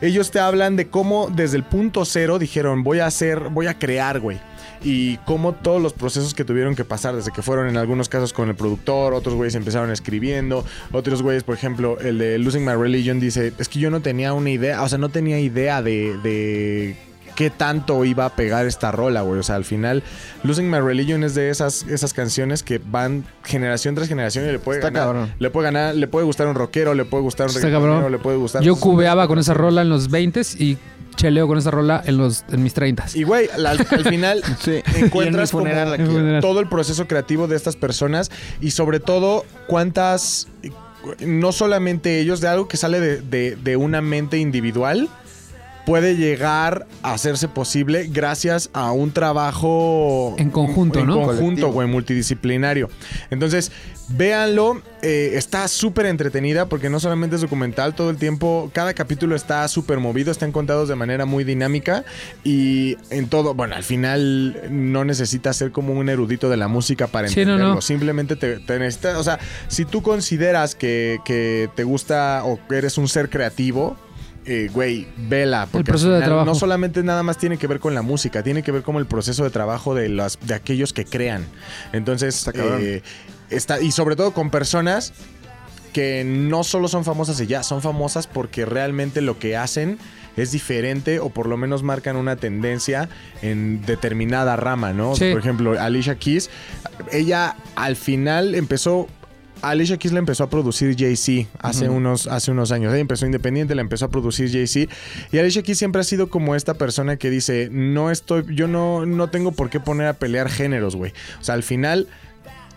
Ellos te hablan de cómo desde el punto cero dijeron, voy a hacer, voy a crear, güey. Y cómo todos los procesos que tuvieron que pasar, desde que fueron en algunos casos con el productor, otros güeyes empezaron escribiendo, otros güeyes, por ejemplo, el de Losing My Religion dice, es que yo no tenía una idea, o sea, no tenía idea de, de qué tanto iba a pegar esta rola, güey. O sea, al final, Losing My Religion es de esas, esas canciones que van generación tras generación y le puede
Está
ganar.
cabrón.
Le puede ganar, le puede gustar un rockero, le puede gustar un
Está
reggaetonero,
cabrón.
le puede gustar.
Yo cubeaba con esa rola en los 20s y cheleo con esa rola en, los, en mis 30s.
Y güey, la- al final
Sí.
encuentras
Y en mi funeral
como
aquí.
Funeral.
todo el proceso creativo de estas personas y sobre todo cuántas, no solamente ellos, de algo que sale de, de- de una mente individual puede llegar a hacerse posible gracias a un trabajo
En conjunto,
en
¿no?
conjunto,
Colectivo.
güey, multidisciplinario. Entonces, véanlo, eh, está súper entretenida porque no solamente es documental, todo el tiempo, cada capítulo está súper movido, están contados de manera muy dinámica y en todo, bueno, al final no necesitas ser como un erudito de la música para
Sí, no,
entenderlo,
no.
simplemente te, te necesitas, o sea, si tú consideras que, que te gusta o que eres un ser creativo, eh, güey, vela. Porque al
proceso de trabajo.
No solamente nada más tiene que ver con la música, tiene que ver con el proceso de trabajo de, las, de aquellos que crean. Entonces,
Está cabrón.
eh, está, y sobre todo con personas que no solo son famosas y ya, son famosas porque realmente lo que hacen es diferente o por lo menos marcan una tendencia en determinada rama, ¿no?
Sí.
Por ejemplo, Alicia Keys, ella al final empezó Alicia Keys la empezó a producir Jay-Z hace, unos, hace unos años. Ella empezó independiente, la empezó a producir Jay-Z. Y Alicia Keys siempre ha sido como esta persona que dice, no estoy, yo no, no tengo por qué poner a pelear géneros, güey. O sea, al final...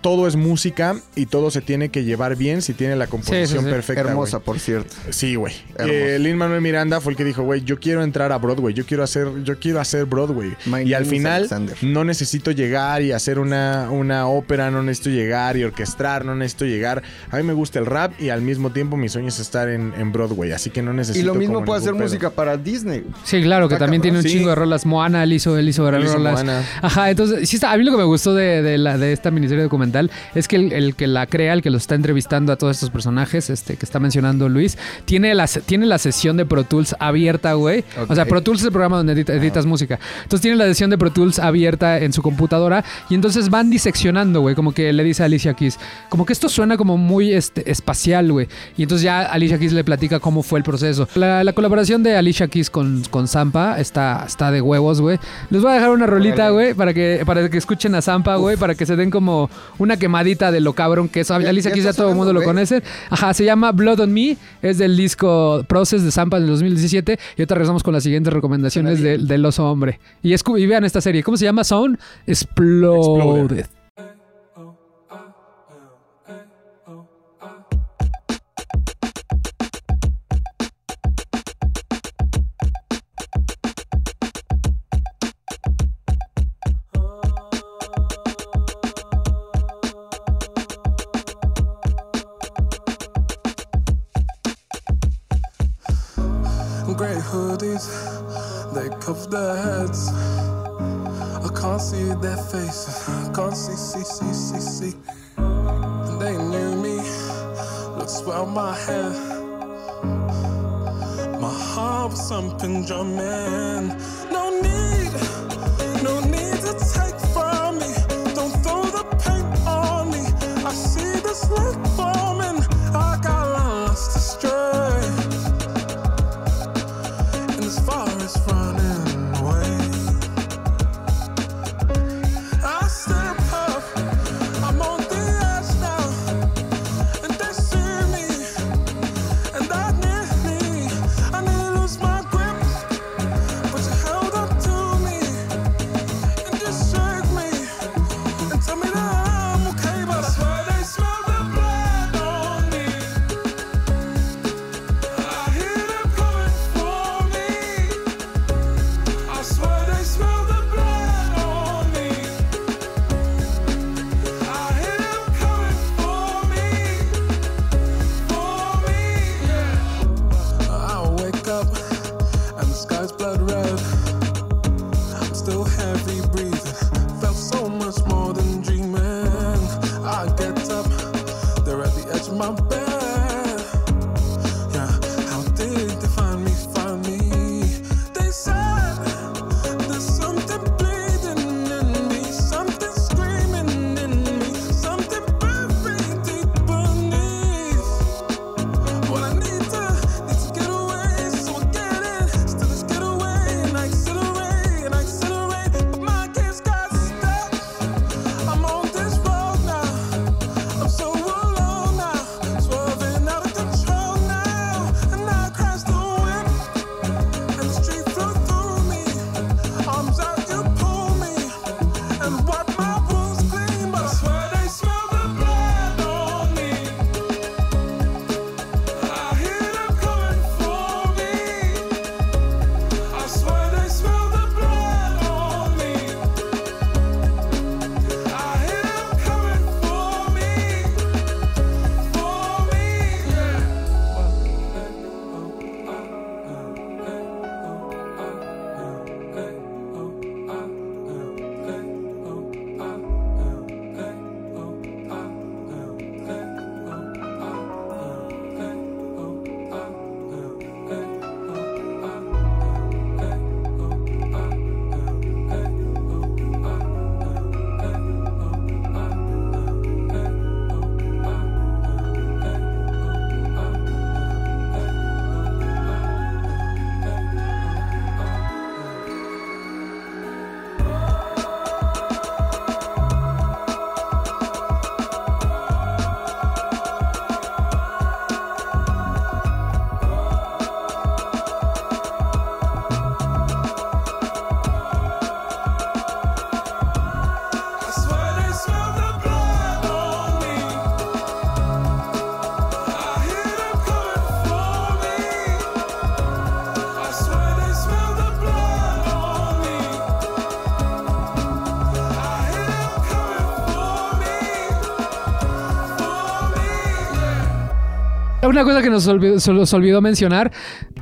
todo es música y todo se tiene que llevar bien si tiene la composición
Sí, sí, sí.
perfecta.
Hermosa,
güey.
por cierto.
Sí, güey.
Hermosa.
Eh, Lin Manuel Miranda fue el que dijo, güey, yo quiero entrar a Broadway, yo quiero hacer, yo quiero hacer Broadway.
My
y al
name is
final
Alexander.
no necesito llegar y hacer una, una ópera, no necesito llegar y orquestar, no necesito llegar. A mí me gusta el rap y al mismo tiempo mi sueño es estar en, en Broadway, así que no necesito.
Y lo mismo
como
puede hacer
ningún pedo.
música para Disney.
Sí, claro, que
Está
también tiene
cabrón,
un
sí.
chingo de rolas. Moana, él hizo, él hizo
Él hizo
rolas.
Moana.
Ajá, entonces, sí está, a mí lo que me gustó de, de la, de esta miniserie documental es que el, el que la crea, el que los está entrevistando a todos estos personajes, este, que está mencionando Luis, tiene la, se- tiene la sesión de Pro Tools abierta, güey. O sea,
Ok.
Pro Tools es el programa donde edita- editas música. Entonces tiene la sesión de Pro Tools abierta en su computadora y entonces van diseccionando, güey, como que le dice a Alicia Keys, como que esto suena como muy este, espacial, güey. Y entonces ya Alicia Keys le platica cómo fue el proceso. La, la colaboración de Alicia Keys con, con Zampa está, está de huevos, güey. Les voy a dejar una rolita,
Órale.
güey, para que, para que escuchen a Zampa, güey, para que se den como una quemadita de lo cabrón que es. Alicia
ya
Keys ya
está
todo el mundo
sonando,
lo
güey.
conoce. Ajá, se llama Blood on Me, es del disco Process de Zampa del 2017. Y ahorita regresamos con las siguientes recomendaciones de- del oso hombre. Y, escu- y vean esta serie, ¿cómo se llama? Sound Exploded.
Exploded.
Grey hoodies, they cover their heads. I can't see their faces. I can't see, see, see, see, see. They knew me. Looks well my head. My heart was thumping, drumming. No need, no need to take from me. Don't throw the paint on me. I see this lake forming. I got lost astray and as far as running away. I step up, I'm on the edge now, and they see me, and that near me. I nearly lose my grip, but you held up to me,
Una cosa que nos olvidó, se nos olvidó mencionar,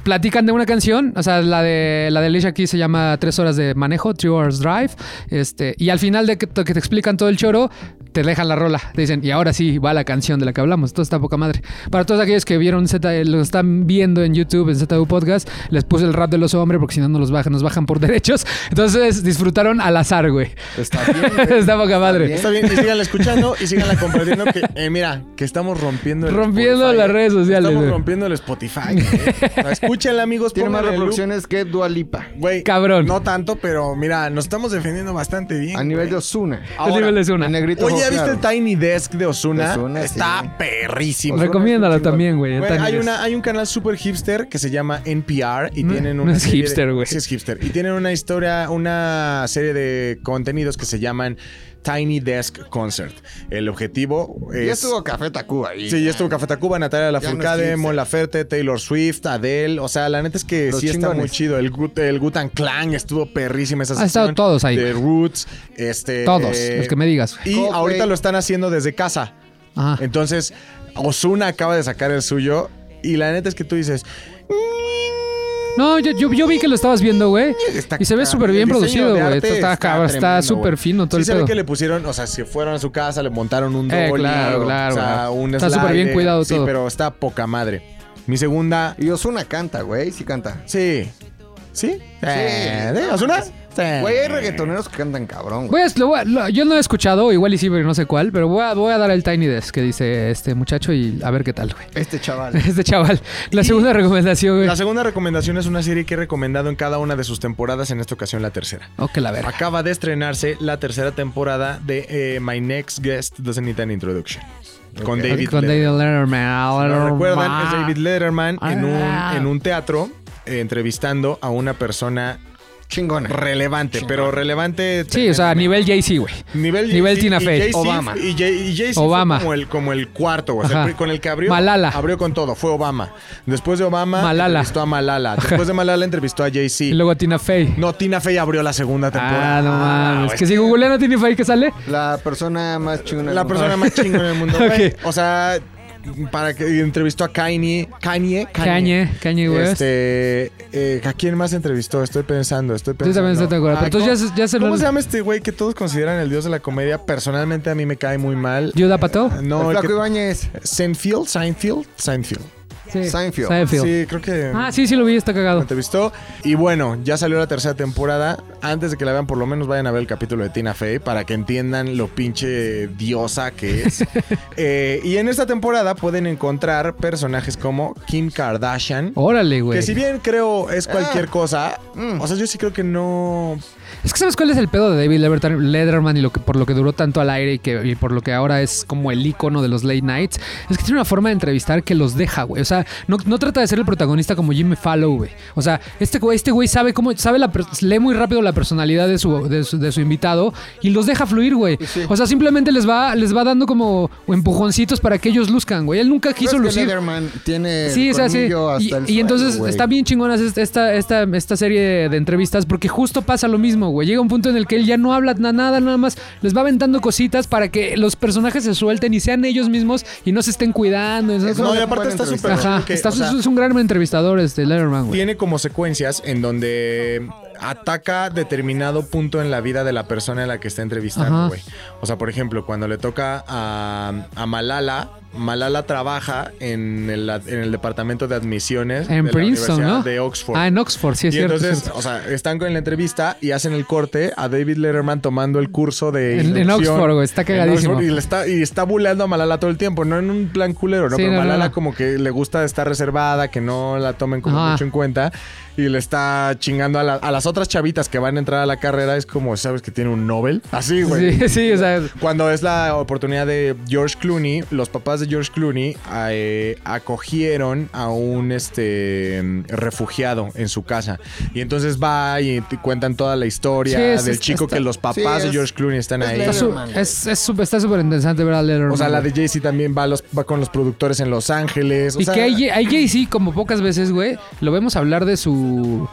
platican de una canción, o sea, la de la de Alicia Keys se llama Tres horas de manejo, Three Hours Drive, este, y al final de que, te- que te explican todo el choro, te dejan la rola, te dicen, y ahora sí va la canción de la que hablamos, entonces está poca madre. Para todos aquellos que vieron Z, eh, lo están viendo en YouTube, en ZU Podcast, les puse el rap del oso hombre porque si no nos los bajan, nos bajan por derechos, entonces disfrutaron al azar, güey.
Está bien. güey.
está poca madre.
bien.
Está bien, y síganla escuchando y síganla compartiendo. Que, eh, mira, que estamos rompiendo el
Rompiendo
Spotify,
las
eh.
redes sociales,
Estamos
güey.
rompiendo el Spotify. eh. O sea, Escúchenla, amigos.
Tiene más
pónganle loop.
reproducciones que Dua Lipa.
Güey,
Cabrón.
No tanto, pero mira, nos estamos defendiendo bastante bien.
A nivel de
güey.
Osuna.
Ahora,
el nivel es una.
El negrito.
Oye, ¿ya
ojo,
viste
claro.
el Tiny Desk de Osuna?
De Ozuna,
Está
sí.
perrísimo.
Ozuna
Recomiéndalo
está chingón.
también, güey. en
Güey,
Tiny
hay,
Desk.
una, hay un canal super hipster que se llama NPR y
No-
tienen
no
una
es
serie de-
hipster, güey.
Sí, es hipster. Y tienen una historia, una serie de contenidos que se llaman Tiny Desk Concert. El objetivo es.
Ya estuvo Café Tacuba ahí.
Sí, ya estuvo Café Tacuba, Natalia
no es
Lafourcade,
hipster.
Mon Laferte, Taylor Swift, Adele. O sea, la neta es que
Los
sí está
chingones.
muy chido. El, Gut- el Gutan Clan estuvo perrísima esa
Han estado
sección.
todos ahí.
The Roots, este...
Todos,
eh,
los que me digas.
Y
güey.
Coldplay.
ahorita lo están haciendo desde casa.
Ajá.
Entonces, Osuna acaba de sacar el suyo y la neta es que tú dices...
No, yo, yo, yo vi que lo estabas viendo, güey.
Está
Y se ve
cabrón.
súper bien
El diseño
producido,
de
güey.
arte
Esto Está cabrón, está
tremendo,
súper
güey.
fino todo
Sí
el
se
pedo.
ve que le pusieron, o sea, si fueron a su casa, le montaron un
Eh,
dolly,
claro,
o
claro,
sea,
claro.
un
Está súper bien
slider.
cuidado
Sí,
todo.
pero está poca madre. Mi segunda
Y Osuna canta, güey. Sí canta.
Sí. ¿Sí? Eh, ¿de ¿Ozuna? Sí.
Eh.
Güey, hay reggaetoneros que cantan cabrón, güey.
Voy a- lo voy a- lo- yo no he escuchado, igual y sí, pero no sé cuál, pero voy a, voy a dar el Tiny Desk que dice este muchacho y a ver qué tal, güey.
Este chaval.
Este chaval. La segunda recomendación, güey.
La segunda recomendación es una serie que he recomendado en cada una de sus temporadas, en esta ocasión la tercera.
Oh, que la verga.
Acaba de estrenarse la tercera temporada de eh, My Next Guest Doesn't Need an Introduction. Con David
Con
Letterman.
David Letterman.
Si no recuerdan, es
Letterman.
David Letterman en un,
Ah.
en un teatro eh, entrevistando a una persona
Chingona.
relevante, pero relevante.
Sí, o sea, nivel Jay-Z, güey.
Nivel,
Nivel
Jay-Z,
Tina
y
Fey.
Jay-Z
Obama.
Y Jay- y Jay-Z
Obama.
fue como el, como el cuarto, o sea,
Ajá.
pri- con el que abrió.
Malala.
Abrió con todo, fue Obama. Después de Obama,
Malala.
entrevistó a Malala. Después de Malala, entrevistó a
Y
Jay-Z.
luego Tina Fey.
No, Tina Fey abrió la segunda temporada.
ah, no mames.
güey.
Que si googlean a Tina Fey, ¿qué sale?
La persona más chingona.
La
del
persona
mundo.
más chingona del mundo,
Ok.
güey. O sea, para que entrevistó a Kanye. Kanye.
Kanye, Kanye West.
Este, eh, ¿A quién más entrevistó? Estoy pensando, estoy
Yo
pensando.
también estoy de acuerdo.
Ah,
Pero entonces ya, se- ya se
¿Cómo
lo.
se llama este güey que todos consideran el dios de la comedia? Personalmente a mí me cae muy mal.
¿Yuda Pato?
No,
El
el
Flaco
que-
Ibáñez.
Seinfeld, Seinfeld, Seinfeld.
Sí.
Seinfeld.
Seinfeld.
Sí, creo que
Ah, sí, sí lo vi, está
me
cagado.
entrevistó. Y bueno, ya salió la tercera temporada. Antes de que la vean, por lo menos vayan a ver el capítulo de Tina Fey para que entiendan lo pinche diosa que es. Eh, y en esta temporada pueden encontrar personajes como Kim Kardashian.
Órale, Oh, güey.
Que si bien creo es cualquier
Ah.
cosa,
Mm.
o sea, yo sí creo que no...
Es que sabes cuál es el pedo de David Levertar- Letterman y lo que por lo que duró tanto al aire y que y por lo que ahora es como el icono de los late nights, es que tiene una forma de entrevistar que los deja, güey. O sea, no, no trata de ser el protagonista como Jimmy Fallow, güey. O sea, este güey este güey sabe cómo sabe la per- lee muy rápido la personalidad de su de su, de su invitado y los deja fluir, güey. O sea, simplemente les va les va dando como empujoncitos para que ellos luzcan, güey. Él nunca quiso
¿Crees que
lucir.
Letterman tiene el
Sí, o sea, sí.
colmillo hasta
Y,
el
y entonces
suelo, güey?
está bien chingonas esta, esta, esta, esta serie de entrevistas porque justo pasa lo mismo, güey. Llega un punto en el que él ya no habla na- nada, nada más les va aventando cositas para que los personajes se suelten y sean ellos mismos y no se estén cuidando. Entonces,
Eso
No, y
le
aparte
pueden
está súper...
entrevistar.
Ajá,
chido que,
está-
o sea,
es un gran entrevistador este Letterman, güey.
Tiene como secuencias en donde ataca determinado punto en la vida de la persona en la que está
Ajá.
entrevistando, güey. O sea, por ejemplo, cuando le toca a, a Malala, Malala trabaja en el, en el departamento de admisiones
En
de
Princeton,
la Universidad
¿no?
de Oxford.
Ah, en Oxford, sí es
y
cierto.
entonces,
sí.
o sea, están con la entrevista y hacen el corte a David Letterman tomando el curso de
En- en
inducción.
Oxford, güey, está
En
cagadísimo.
Oxford, y, le está, y está buleando a Malala todo el tiempo, no en un plan culero, ¿no?
Sí,
Pero
no, no,
Malala
no.
como que le gusta estar reservada, que no la tomen como
Ajá.
mucho en cuenta. Y le está chingando a, la- a las otras chavitas que van a entrar a la carrera. Es como, ¿sabes que tiene un Nobel? Así, güey.
sí, sí, o sea,
Cuando es la oportunidad de George Clooney, los papás de George Clooney eh, acogieron a un este mm, refugiado en su casa. Y entonces va y te cuentan toda la historia
Sí, es-
del
es-
chico
está-
que los papás
sí,
de
es-
George Clooney están
es
ahí.
está su-
Letterman,
es- es súper- está súper interesante ver a Letterman.
O sea, la
güey.
de Jay-Z también va a los, va con los productores en Los Ángeles. O
Y
sea,
que a Jay- a Jay-Z, como pocas veces, güey, lo vemos hablar de su.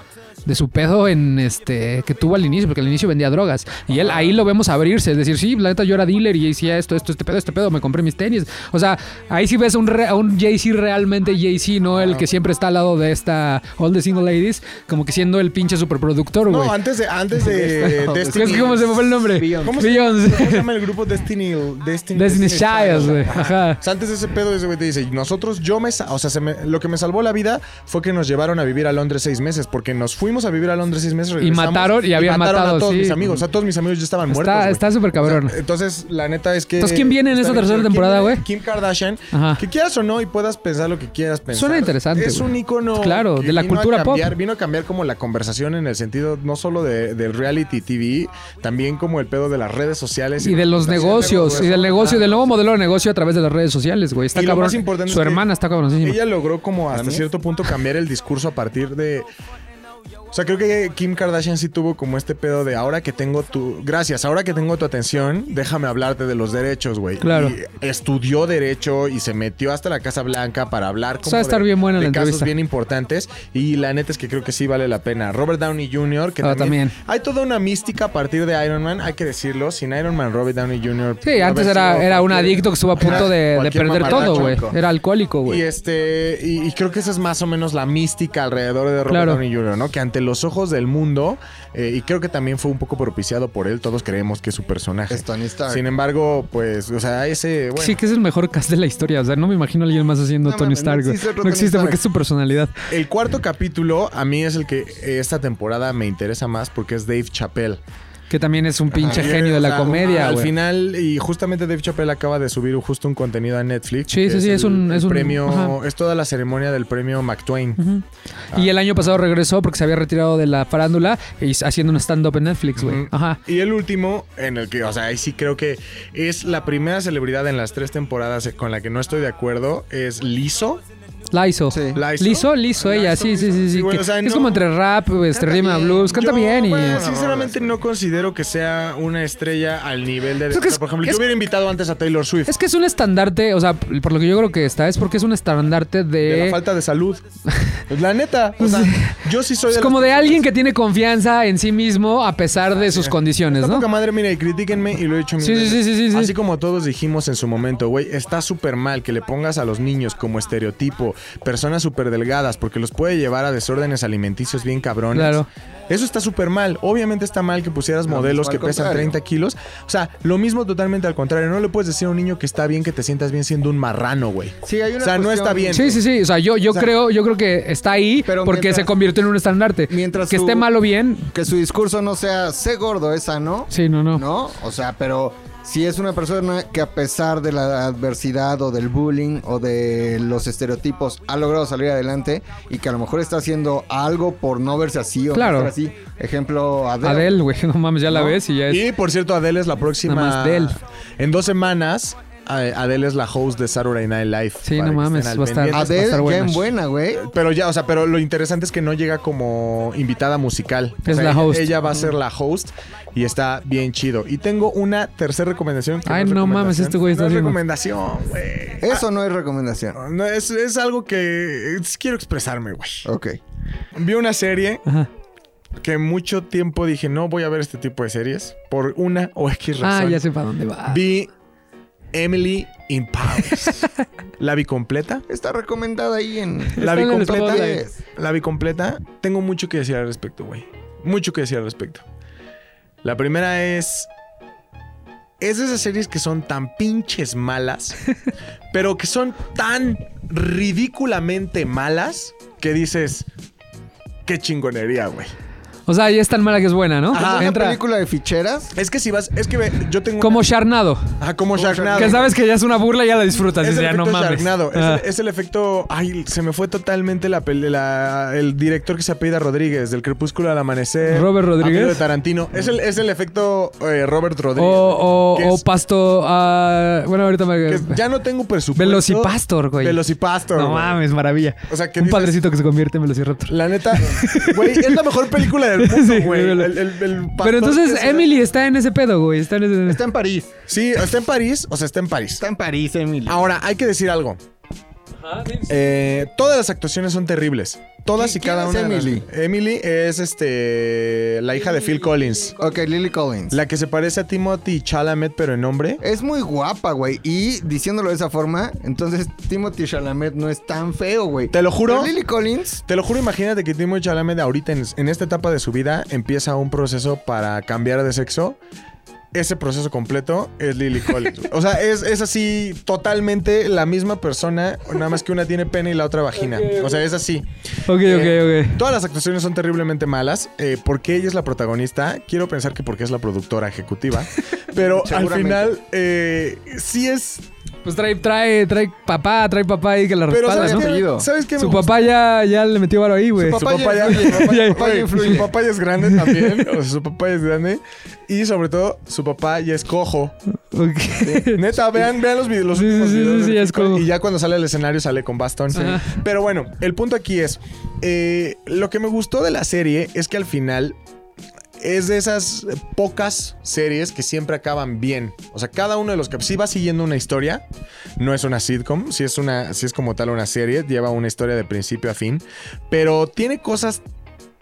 de su pedo en este que tuvo al inicio, porque al inicio vendía drogas. Y él ahí lo vemos abrirse, es decir, sí, la neta yo era dealer y hacía esto, esto, este pedo, este pedo, me compré mis tenis. O sea, ahí sí ves un re- a un Jay-Z realmente Jay-Z, no el que siempre está al lado de esta All the Single Ladies, como que siendo el pinche superproductor, güey.
No, antes de, antes de
Es
Destiny.
que ¿Cómo se me fue el nombre?
¿Cómo se,
Beyoncé.
cómo se llama el grupo Destiny? Destiny,
Destiny's Child, güey.
Ajá.
Ajá.
O sea, antes de ese pedo, ese güey te dice, nosotros, yo me, sa- o sea, se me- lo que me salvó la vida fue que nos llevaron a vivir a Londres seis meses, porque nos fuimos a vivir a Londres seis meses, regresamos,
mataron y habían matado,
a todos
sí.
mis amigos, o sea, todos mis amigos ya estaban muertos.
Está
güey.
está súper
O
cabrón.
sea, Entonces, la neta es que.
Entonces, ¿quién viene en
está
esa
bien
tercera
chido. ¿Quién
temporada,
viene?
güey?
Kim Kardashian.
Ajá.
Que quieras o no y puedas pensar lo que quieras pensar.
Suena interesante,
Es
güey.
un icono.
Claro,
que
de la
vino a
cultura pop.
cambiar- Vino a cambiar como la conversación en el sentido no solo de, del reality TV, también como el pedo de las redes sociales.
Y de los negocios, y del negocio, y del nuevo modelo de negocio a través de las redes sociales, güey. Está
Y lo
cabrón.
más importante
Su
es que
hermana está cabroncísima.
Ella logró como hasta cierto punto cambiar el discurso a partir de... O sea, creo que Kim Kardashian sí tuvo como este pedo de ahora que tengo tu... Gracias, ahora que tengo tu atención, déjame hablarte de los derechos, güey.
Claro.
Y estudió derecho y se metió hasta la Casa Blanca para hablar como
sea, estar
de,
bien buena
de
la
casos
entrevista.
bien importantes. Y la neta es que creo que sí vale la pena. Robert Downey Jr., que
Ah,
también,
también.
Hay toda una mística a partir de Iron Man, hay que decirlo. Sin Iron Man, Robert Downey Jr.
Sí, antes
hubiera
era,
sido
era un
cualquier-
adicto que estuvo a punto
Ajá,
de- de,
cualquier
perder todo, güey.
mamarracho.
Era alcohólico,
Y
güey.
este, y, y creo que esa es más o menos la mística alrededor de Robert
Claro.
Downey Jr., ¿no? Que ante los ojos del mundo, eh, y creo que también fue un poco propiciado por él, todos creemos que es su personaje.
Es Tony Stark.
Sin embargo, pues, o sea, ese, bueno,
Sí, que es el mejor cast de la historia. O sea, no me imagino a alguien más haciendo
No
Tony
mames, no
Stark, güey.
existe otro
No
Tony
existe
Stark.
porque es su personalidad.
el cuarto capítulo a mí es el que esta temporada me interesa más porque es Dave Chappelle.
Que también es un pinche
Ayer,
genio de
o
la
sea,
comedia,
Al
güey.
final, y justamente Dave Chappelle acaba de subir justo un contenido a Netflix.
Sí,
que
sí, sí, es un-
el
es un-
premio,
ajá.
es toda la ceremonia del premio McTwain. ah.
Y el año pasado regresó porque se había retirado de la farándula y s- haciendo un stand-up en Netflix, güey.
Ujú.
Ajá.
Mm. Y el último, en el que, o sea, ahí sí creo que es la primera celebridad en las tres temporadas con la que no estoy de acuerdo, es Liso.
La hizo.
Sí.
¿La hizo?
Liso, liso
La
ella,
hizo,
sí, sí,
liso.
sí, sí.
Sí, güey,
que
o sea,
es
no-
como entre rap, este,
Canta
rima,
bien.
blues, canta
Yo,
bien y...
bueno,
eh,
sinceramente no considero que sea una estrella al nivel de...
Es que es-
por ejemplo,
es-
yo hubiera invitado antes a Taylor Swift.
Es que es un estandarte, o sea, por lo que yo creo que está, es porque es un estandarte de...
de la falta de salud. Pues, la neta, o sea, yo sí soy
es
las
Pues como de
personas-
alguien que tiene confianza en sí mismo a pesar de sus condiciones,
Está
¿no?
poca madre, mira, y critíquenme y lo he hecho mil
Sí, sí,
veces.
sí, sí, sí, sí.
Así como todos dijimos en su momento, güey, está súper mal que le pongas a los niños como estereotipo personas súper delgadas porque los puede llevar a desórdenes alimenticios bien cabrones.
Claro.
Eso está súper mal. Obviamente está mal que pusieras
Lo
modelos
mismo
que
pues, al
pesan
contrario.
30 kilos. O sea, lo mismo totalmente al contrario. No le puedes decir a un niño que está bien que te sientas bien siendo un marrano, güey.
Sí, hay una
O sea, no
cuestión-
está bien.
Sí, sí, sí. O sea, yo, yo
sea,
creo, yo creo que está ahí
pero
porque
mientras-
se convirtió en un estandarte.
mientras
que
tú-
esté mal o bien.
Que su discurso no sea sé gordo, esa, ¿no?
Sí, no, no.
¿No? O sea, pero si es una persona que a pesar de la adversidad o del bullying o de los estereotipos ha logrado salir adelante y que a lo mejor está haciendo algo por no verse así o
Claro.
no estar así. Ejemplo, Adele.
Adel, güey, no mames, ya la ves y ya es.
Y por cierto, Adele es la próxima.
Nada más Adele.
En dos semanas, eh, Adele es la host de Saturday Night Live.
Sí,
para
no
que
mames,
estén al
va a estar-
pendiente.
va a
Adele,
estar
ya
buena.
en buena, güey.
Pero ya, o sea, pero lo interesante es que no llega como invitada musical. O
Es
sea,
la
ella-
host.
Ella va a ser la host y está bien chido. Y tengo una tercera recomendación. que
Ay,
es
no mames,
recomendación.
este güey está
No es
haciendo-
recomendación, güey.
Eso no es recomendación.
No, es, es algo que eh, quiero expresarme, güey.
Ok.
Vi una serie
Ajá.
que mucho tiempo dije, no voy a ver este tipo de series por una o X
Ah,
razón.
ya sé para dónde va.
Vi Emily in Paris. la vi completa.
Está recomendada ahí en...
La vi
en el
completa.
spotlight.
La vi completa. Tengo mucho que decir al respecto, güey. Mucho que decir al respecto. La primera es. Es de esas series que son tan pinches malas, pero que son tan ridículamente malas que dices. Qué chingonería, güey.
O sea, ya es tan mala que es buena, ¿no?
Ajá.
Ah, Una
Entra
película de ficheras.
Es que si vas. Es que ve, yo tengo.
como Sharnado.
Ah, como Sharknado.
Que sabes que ya es una burla y ya la disfrutas.
Es
dices,
el
ya
efecto
no mames.
Sharknado. Es, el-
Ah.
es el efecto. Ay, se me fue totalmente la, pel- la- el director que se apellida Rodríguez, del Crepúsculo al Amanecer.
¿Robert Rodríguez? Oh,
amigo de Tarantino. Es el, es el efecto eh, Robert Rodríguez.
O,
que
o, o
es-
pasto. ah, bueno, ahorita
que
me.
es- ya no tengo presupuesto.
Velocipastor, güey.
Velocipastor.
No
güey.
mames, maravilla.
O sea, que
Un
dices-
padrecito que se convierte en Velociraptor.
La neta, güey, es la mejor película del mundo,
Sí,
güey.
velo.
El- el- el pastor
Pero
que
entonces
se-
Emily está en ese pedo, güey. Está en ese.
Está en París.
Sí, está en París. O sea, está en París.
en París, Emily.
Ahora, hay que decir algo. Eh, todas las actuaciones son terribles. Todas y
¿Quién
cada
es
una. de las-
Emily?
Emily es este la hija de Phil Collins.
Ok, Lily Collins.
La que se parece a Timothy Chalamet, pero en hombre.
Es muy guapa, güey. Y diciéndolo de esa forma, entonces Timothy Chalamet no es tan feo, güey.
Te lo juro.
Pero Lily Collins.
Te lo juro, imagínate que Timothy Chalamet ahorita en, en esta etapa de su vida empieza un proceso para cambiar de sexo. Ese proceso completo es Lily Collins. güey. O sea, es, es así totalmente la misma persona, nada más que una tiene pene y la otra vagina. O sea, es así.
Ok,
Eh,
ok, ok.
Todas las actuaciones son terriblemente malas. Eh, ¿Por qué ella es la protagonista? Quiero pensar que porque es la productora ejecutiva. Pero al
Seguramente.
final, eh, sí es.
Pues trae, trae, trae papá, trae papá ahí que la
Pero
respalda,
¿sabes,
¿no?
qué,
apellido.
¿sabes qué? me
Su
gusta?
papá ya, ya le metió varo ahí, güey.
Su papá,
papá
ya,
ya-
su papá-
ya-
papá
ya
ya-
influye.
su papá ya es grande también. o sea, su papá ya es grande. Y sobre todo, su papá ya es cojo.
Ok.
Neta, vean, vean los, vide- los
Sí, sí,
últimos
sí,
videos.
sí,
de
sí, es
Nicole,
cojo.
Y ya cuando sale al escenario sale con bastón.
Ajá.
Pero bueno, el punto aquí es: eh, lo que me gustó de la serie es que al final. Es de esas eh, pocas series que siempre acaban bien. O sea, cada uno de los que sí va siguiendo una historia, no es una sitcom, sí es una, sí es como tal una serie, lleva una historia de principio a fin, pero tiene cosas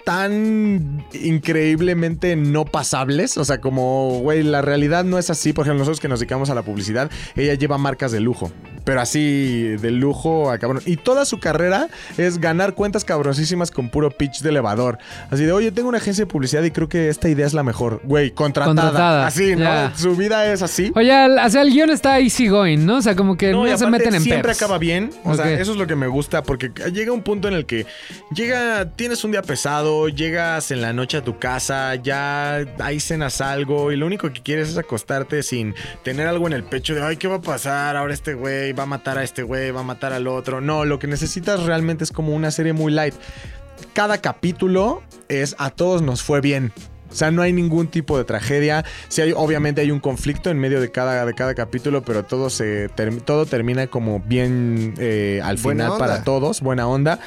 tan increíblemente no pasables. O sea, como, güey, la realidad no es así. Por ejemplo, nosotros que nos dedicamos a la publicidad, ella lleva marcas de lujo. Pero así, de lujo a cabrón. Y toda su carrera es ganar cuentas cabroncísimas con puro pitch de elevador. Así de, oye, tengo una agencia de publicidad y creo que esta idea es la mejor. Güey, contratada.
Contratada,
Así, ¿no?
ya.
Su vida es así.
Oye, al- o sea, el guión está easy going, ¿no? O sea, como que
No,
no,
y
se
aparte
meten en
siempre
pedos.
acaba bien. O sea,
Ok.
eso es lo que me gusta porque llega un punto en el que llega, tienes un día pesado, llegas en la noche a tu casa, ya ahí cenas algo y lo único que quieres es acostarte sin tener algo en el pecho de, ay, ¿qué va a pasar? Ahora este güey va a matar a este güey, va a matar al otro. No, lo que necesitas realmente es como una serie muy light. Cada capítulo es a todos nos fue bien. O sea, no hay ningún tipo de tragedia. Sí hay, obviamente hay un conflicto en medio de cada, de cada capítulo, pero todo se term- todo termina como bien eh, al
Buena
final
onda.
para todos, buena onda.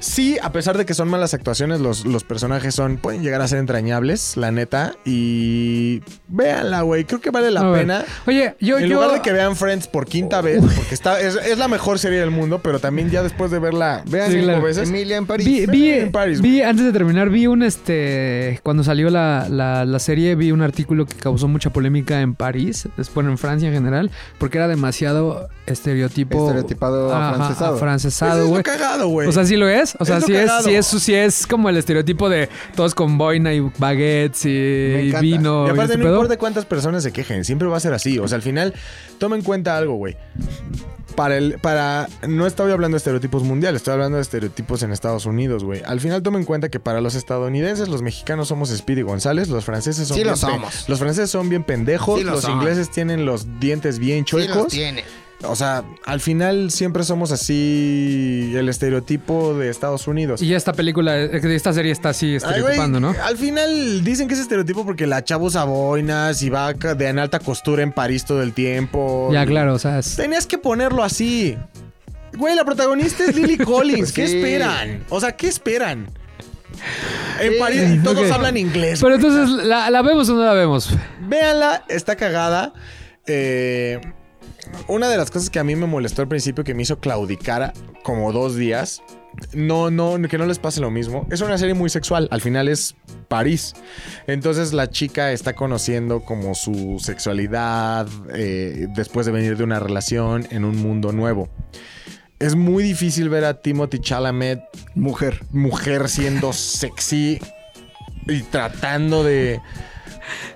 Sí, a pesar de que son malas actuaciones, los, los personajes son pueden llegar a ser entrañables, la neta. Y véanla, güey, creo que vale la
A ver.
pena.
Oye, yo,
en
yo-
lugar de que vean Friends por quinta vez, porque está, es, es la mejor serie del mundo, pero también ya después de verla, vean
Sí,
cinco
claro.
veces.
Emilia en París.
vi, vi-
en París,
vi- antes de terminar, vi un este cuando salió la, la, la serie, vi un artículo que causó mucha polémica en París, después en Francia en general, porque era demasiado estereotipo
Estereotipado
Ajá,
afrancesado.
Eso
afrancesado,
Pues es lo
güey.
cagado, güey.
O sea, sí lo es. O sea,
Es lo
sí, es,
cagado.
sí, es, sí es como el estereotipo de todos con boina y baguettes y, y
encanta.
vino.
Y aparte,
este
no
pedo.
importa cuántas personas se quejen, siempre va a ser así. O sea, al final, toma en cuenta algo, güey. Para el, para. No estoy hablando de estereotipos mundiales, estoy hablando de estereotipos en Estados Unidos, güey. Al final, toma en cuenta que para los estadounidenses, los mexicanos somos Speedy González, los franceses son.
Sí lo
bien pe-
somos.
Los franceses son bien pendejos,
Sí lo
los
son.
ingleses tienen los dientes bien
Sí los
chuecos.
tiene.
o sea, al final siempre somos así el estereotipo de Estados Unidos.
Y esta película, eh, esta serie está así
Ay, güey,
estereotipando, ¿no?
Al final dicen que es estereotipo porque la chavo usa boinas y va ca- de en alta costura en París todo el tiempo.
Ya, claro, o sea, es-
Tenías que ponerlo así. Güey, la protagonista es Lily Collins.
Pues
¿Qué
sí.
esperan? O sea, ¿qué esperan? En
Sí.
París y todos
Ok.
hablan inglés.
Pero entonces, ¿la, la vemos o no la vemos?
Véanla, está cagada. Eh, una de las cosas que a mí me molestó al principio, que me hizo claudicar como dos días, no, no, que no les pase lo mismo. Es una serie muy sexual, al final es París. Entonces la chica está conociendo como su sexualidad eh, después de venir de una relación en un mundo nuevo. Es muy difícil ver a Timothy Chalamet
Mujer.
mujer siendo sexy y tratando de...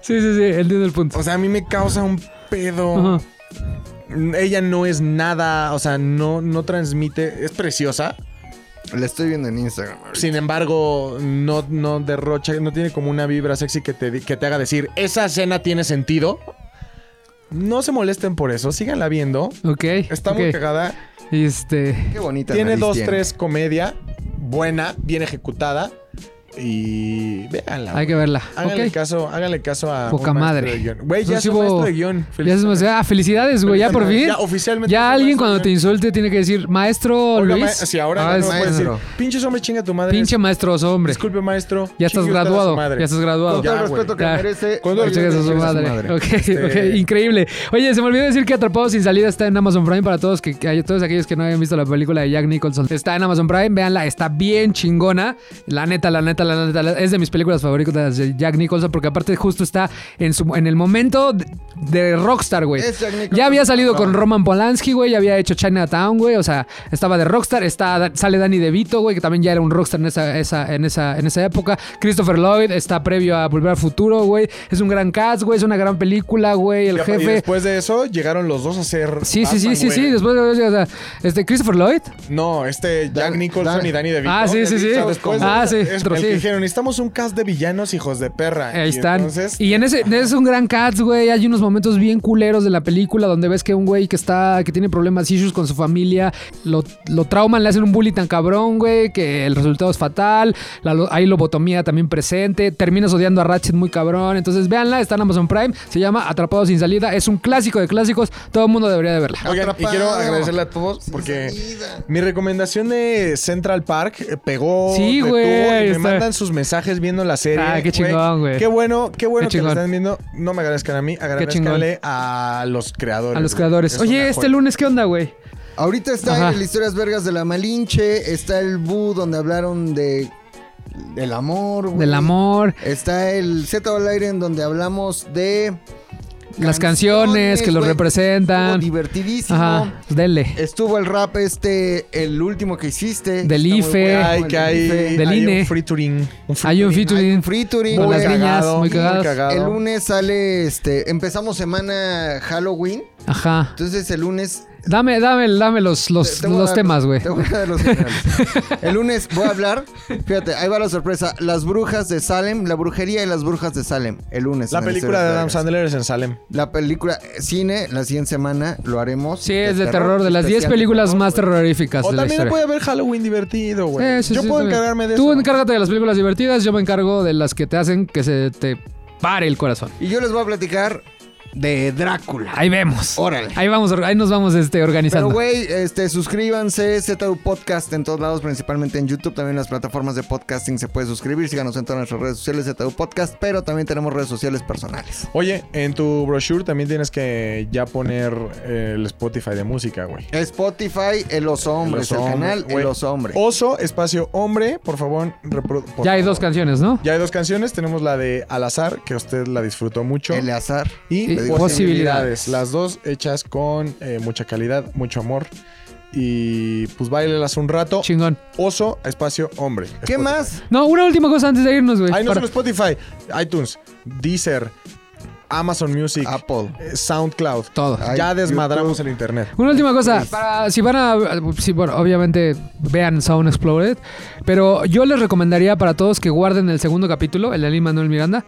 Sí, sí, sí, entiendo el punto.
O sea, a mí me causa un pedo.
Ajá.
Ella no es nada, o sea, no, no transmite, es preciosa.
La estoy viendo en Instagram. ahorita.
Sin embargo, no, no derrocha, no tiene como una vibra sexy que te, di- que te haga decir, esa cena tiene sentido. No se molesten por eso, síganla viendo.
Ok.
Está
ok.
muy cagada.
Este.
Qué bonita.
Tiene
nariz
dos, tres comedia buena, bien ejecutada. y véanla.
Hay que verla.
Háganle
Ok.
caso, háganle caso a
Poca
un maestro
madre.
de guión. Güey, ya
Entonces
soy
hubo-
maestro de guión.
Ya es
Felicidades.
demasiado- ah, felicidades, güey, ya por fin.
Ya oficialmente
Ya
soy
alguien
maestro
cuando
de
te
guión.
insulte tiene que decir, maestro
Oiga,
Luis.
ma- si ahora
Ah,
ya
es
no puedes decir,
maestro.
pinches hombre, chinga tu madre.
pinche maestro, hombre.
Disculpe, maestro.
Ya estás
chingue usted a su
graduado,
madre.
ya estás graduado.
Con todo
Ya,
el
güey.
respeto que
Ya.
merece.
Con todo el
Chingas
respeto
a su
Chingas
madre. Ok,
Este-
ok, increíble. Oye, se me olvidó decir que Atrapados sin salida está en Amazon Prime para todos que que hay- todos aquellos que no hayan visto la película de Jack Nicholson. Está en Amazon Prime, véanla, está bien chingona. La neta, la neta, la neta, la- es de mis películas favoritas de Jack Nicholson porque aparte justo está en su en el momento de, de Rockstar, güey.
Es Jack Nicholson.
Ya había salido
No.
con Roman Polanski, güey, ya había hecho Chinatown, güey, o sea, estaba de Rockstar, está sale Danny DeVito, güey, que también ya era un Rockstar en esa esa- en esa en esa época. Christopher Lloyd está previo a Volver al Futuro, güey. Es un gran cast, güey, es una gran película, güey, el
Y- Y
jefe
después de eso llegaron los dos a ser.
Sí, sí, sí,
Batman,
sí,
güey.
sí, después o sea, este Christopher Lloyd
No, este Jack
Dan-
Nicholson
Dan-
y Danny DeVito.
Ah, sí, sí, sí.
Después de-
Ah, sí,
es-
otro,
el
sí.
que dijeron, necesitamos un cast de villanos hijos de perra.
Ahí
Y
están.
Entonces,
y en ese es un gran cats, güey. Hay unos momentos bien culeros de la película donde ves que un güey que está, que tiene problemas, issues con su familia, lo, lo trauman, le hacen un bully tan cabrón, güey, que el resultado es fatal. La lo- hay lobotomía también presente. Terminas odiando a Ratchet muy cabrón. Entonces, véanla, está en Amazon Prime. Se llama Atrapados sin salida. Es un clásico de clásicos. Todo el mundo debería de verla.
Oigan, y
Atrapado.
quiero agradecerle a todos
Sin
porque
salida.
mi recomendación de Central Park eh, pegó.
Sí,
de
güey,
tubo y me
está-
mandan sus mensajes viendo la serie.
Ah, qué chingón, güey.
Qué bueno, qué bueno
Qué
que la
chingón.
están viendo. No me agradezcan a mí, agradezcanle a los creadores.
A los
güey.
creadores.
Es una
Oye, este
joya.
lunes, ¿qué onda, güey?
Ahorita está
Ajá.
el Historias Vergas de la Malinche. Está el Bu donde hablaron de. Del amor, güey.
Del amor,
Está el Z al aire en donde hablamos de.
las canciones que lo
güey. Estuvo
representan.
Divertidísimo.
Ajá, dele.
Eh,
Estuvo el rap este, el último que hiciste.
Del
Está muy
IFE.
bueno,
Ay,
el
que hay,
IFE.
Del
hay
INE.
un featuring. Un
Hay un
Hay
featuring.
un featuring.
Con
güey.
las niñas, muy
cagado.
cagadas.
El
cagado.
lunes sale este. Empezamos semana Halloween.
Ajá.
Entonces el lunes.
Dame, dame, dame los, los,
te
Pues,
voy a
los
dar-
temas, güey.
te voy a dar los generales. El lunes voy a hablar. Fíjate, ahí va la sorpresa. Las brujas de Salem, la brujería y las brujas de Salem. El lunes.
La
en el
película de
Historias
Adam
Vergas.
Sandler es en Salem.
La película eh, cine, la siguiente semana lo haremos.
Sí, es de terror, de las 10
especial de
películas
terror,
más
güey.
terroríficas
O
de la
también
historia.
puede haber Halloween divertido, güey.
Sí, sí,
Yo
sí,
puedo
también.
encargarme de
Tú
eso.
encárgate de las películas divertidas, yo me encargo de las que te hacen que se te pare el corazón.
Y yo les voy a platicar de Drácula.
Ahí vemos.
Órale.
Ahí vamos, ahí nos vamos este,
Pero,
organizando.
güey, este, suscríbanse, ZU Podcast en todos lados, principalmente en YouTube, también en las plataformas de podcasting se puede suscribir, síganos en todas nuestras redes sociales, ZU Podcast, pero también tenemos redes sociales personales.
Oye, en tu brochure también tienes que ya poner eh, el Spotify de música, güey.
Spotify, El Oso Hombre,
Los
es el
hombres,
canal,
güey.
El Oso Hombre.
Oso, espacio hombre, por favor. repro- por
ya hay
favor.
dos canciones, ¿no?
Ya hay dos canciones. Tenemos la de Al azar, que usted la disfrutó mucho.
Eleazar.
y
Y
posibilidades.
Posibilidades.
Las dos hechas con eh, mucha calidad, mucho amor. Y pues bailelas un rato.
Chingón.
Oso, espacio hombre.
¿Qué
Spotify.
más?
No, una última cosa antes de irnos, güey.
Ahí no solo
Para-
Spotify, iTunes, Deezer, Amazon Music,
Apple.
eh, SoundCloud.
Todo.
Ya
Ah. Ay,
desmadramos el internet.
Una última cosa, para, si van a, si, bueno, obviamente vean Sound Exploded, pero yo les recomendaría para todos que guarden el segundo capítulo, el de Lin Manuel Miranda,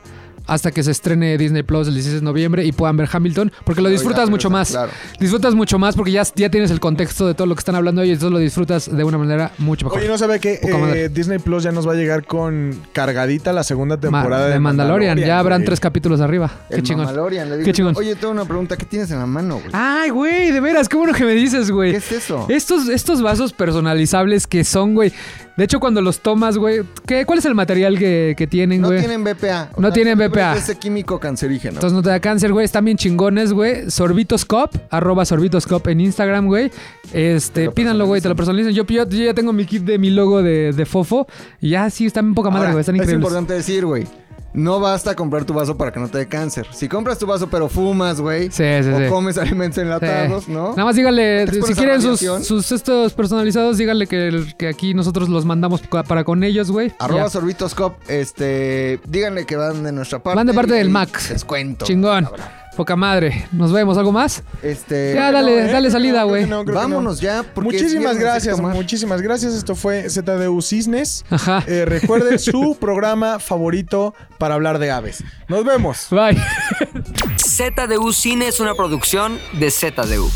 hasta que se estrene Disney Plus el 16 de noviembre y puedan ver Hamilton, porque lo disfrutas
Oiga,
mucho más.
claro.
Disfrutas mucho más porque ya, ya tienes el contexto de todo lo que están hablando y entonces lo disfrutas de una manera mucho mejor.
Oye, ¿no sabe que
Poca
eh,
madre.
Disney Plus ya nos va a llegar con cargadita la segunda
Ma-
temporada de,
de Mandalorian, ya habrán
güey?
tres capítulos arriba. Qué
El
chingón.
Mamalorian, le
Qué
digo,
chingón. Ah,
Oye, tengo una pregunta, ¿qué tienes en la mano, güey?
Ay, güey, de veras, qué bueno que me dices, güey.
¿Qué es eso?
Estos, estos vasos personalizables que son, güey. De hecho, cuando los tomas, güey, ¿qué, ¿cuál es el material que, que tienen,
No
güey?
tienen BPA.
No tienen
son libres
BPA.
de Ese químico cancerígeno.
Entonces no te da cáncer, güey. Están bien chingones, güey. Sorbitoscop, arroba sorbitoscop en Instagram, güey. Este, pídanlo, güey, te lo personalizan. Yo, yo- yo ya tengo mi kit de mi logo de, de fofo. Y ya sí, están poca madre,
Ahora,
güey. Están
es
increíbles.
importante decir, güey. No basta comprar tu vaso para que no te dé cáncer. Si compras tu vaso pero fumas, güey.
Sí, sí,
o
sí.
comes alimentos
Sí.
enlatados, ¿no?
Nada más díganle,
Te expones
si
a
quieren sus,
radiación.
sus estos personalizados, díganle que, que aquí nosotros los mandamos ca- para con ellos, güey.
Arroba
Ya.
sorbitoscop, este, díganle que van de nuestra parte.
Van de parte
y
del
ahí
Max.
Descuento.
Chingón.
cabrón.
Poca madre. Nos vemos. ¿Algo más?
Este,
Ya, dale,
eh, creo
dale
que
salida,
creo que
güey.
no, creo que no.
vámonos ya. porque es
Muchísimas
viernes, hay que
gracias,
tomar.
muchísimas gracias. Esto fue ZDU Cisnes.
Ajá.
Eh, recuerde su programa favorito para hablar de aves. Nos vemos.
Bye.
ZDU Cine es una producción de ZDU.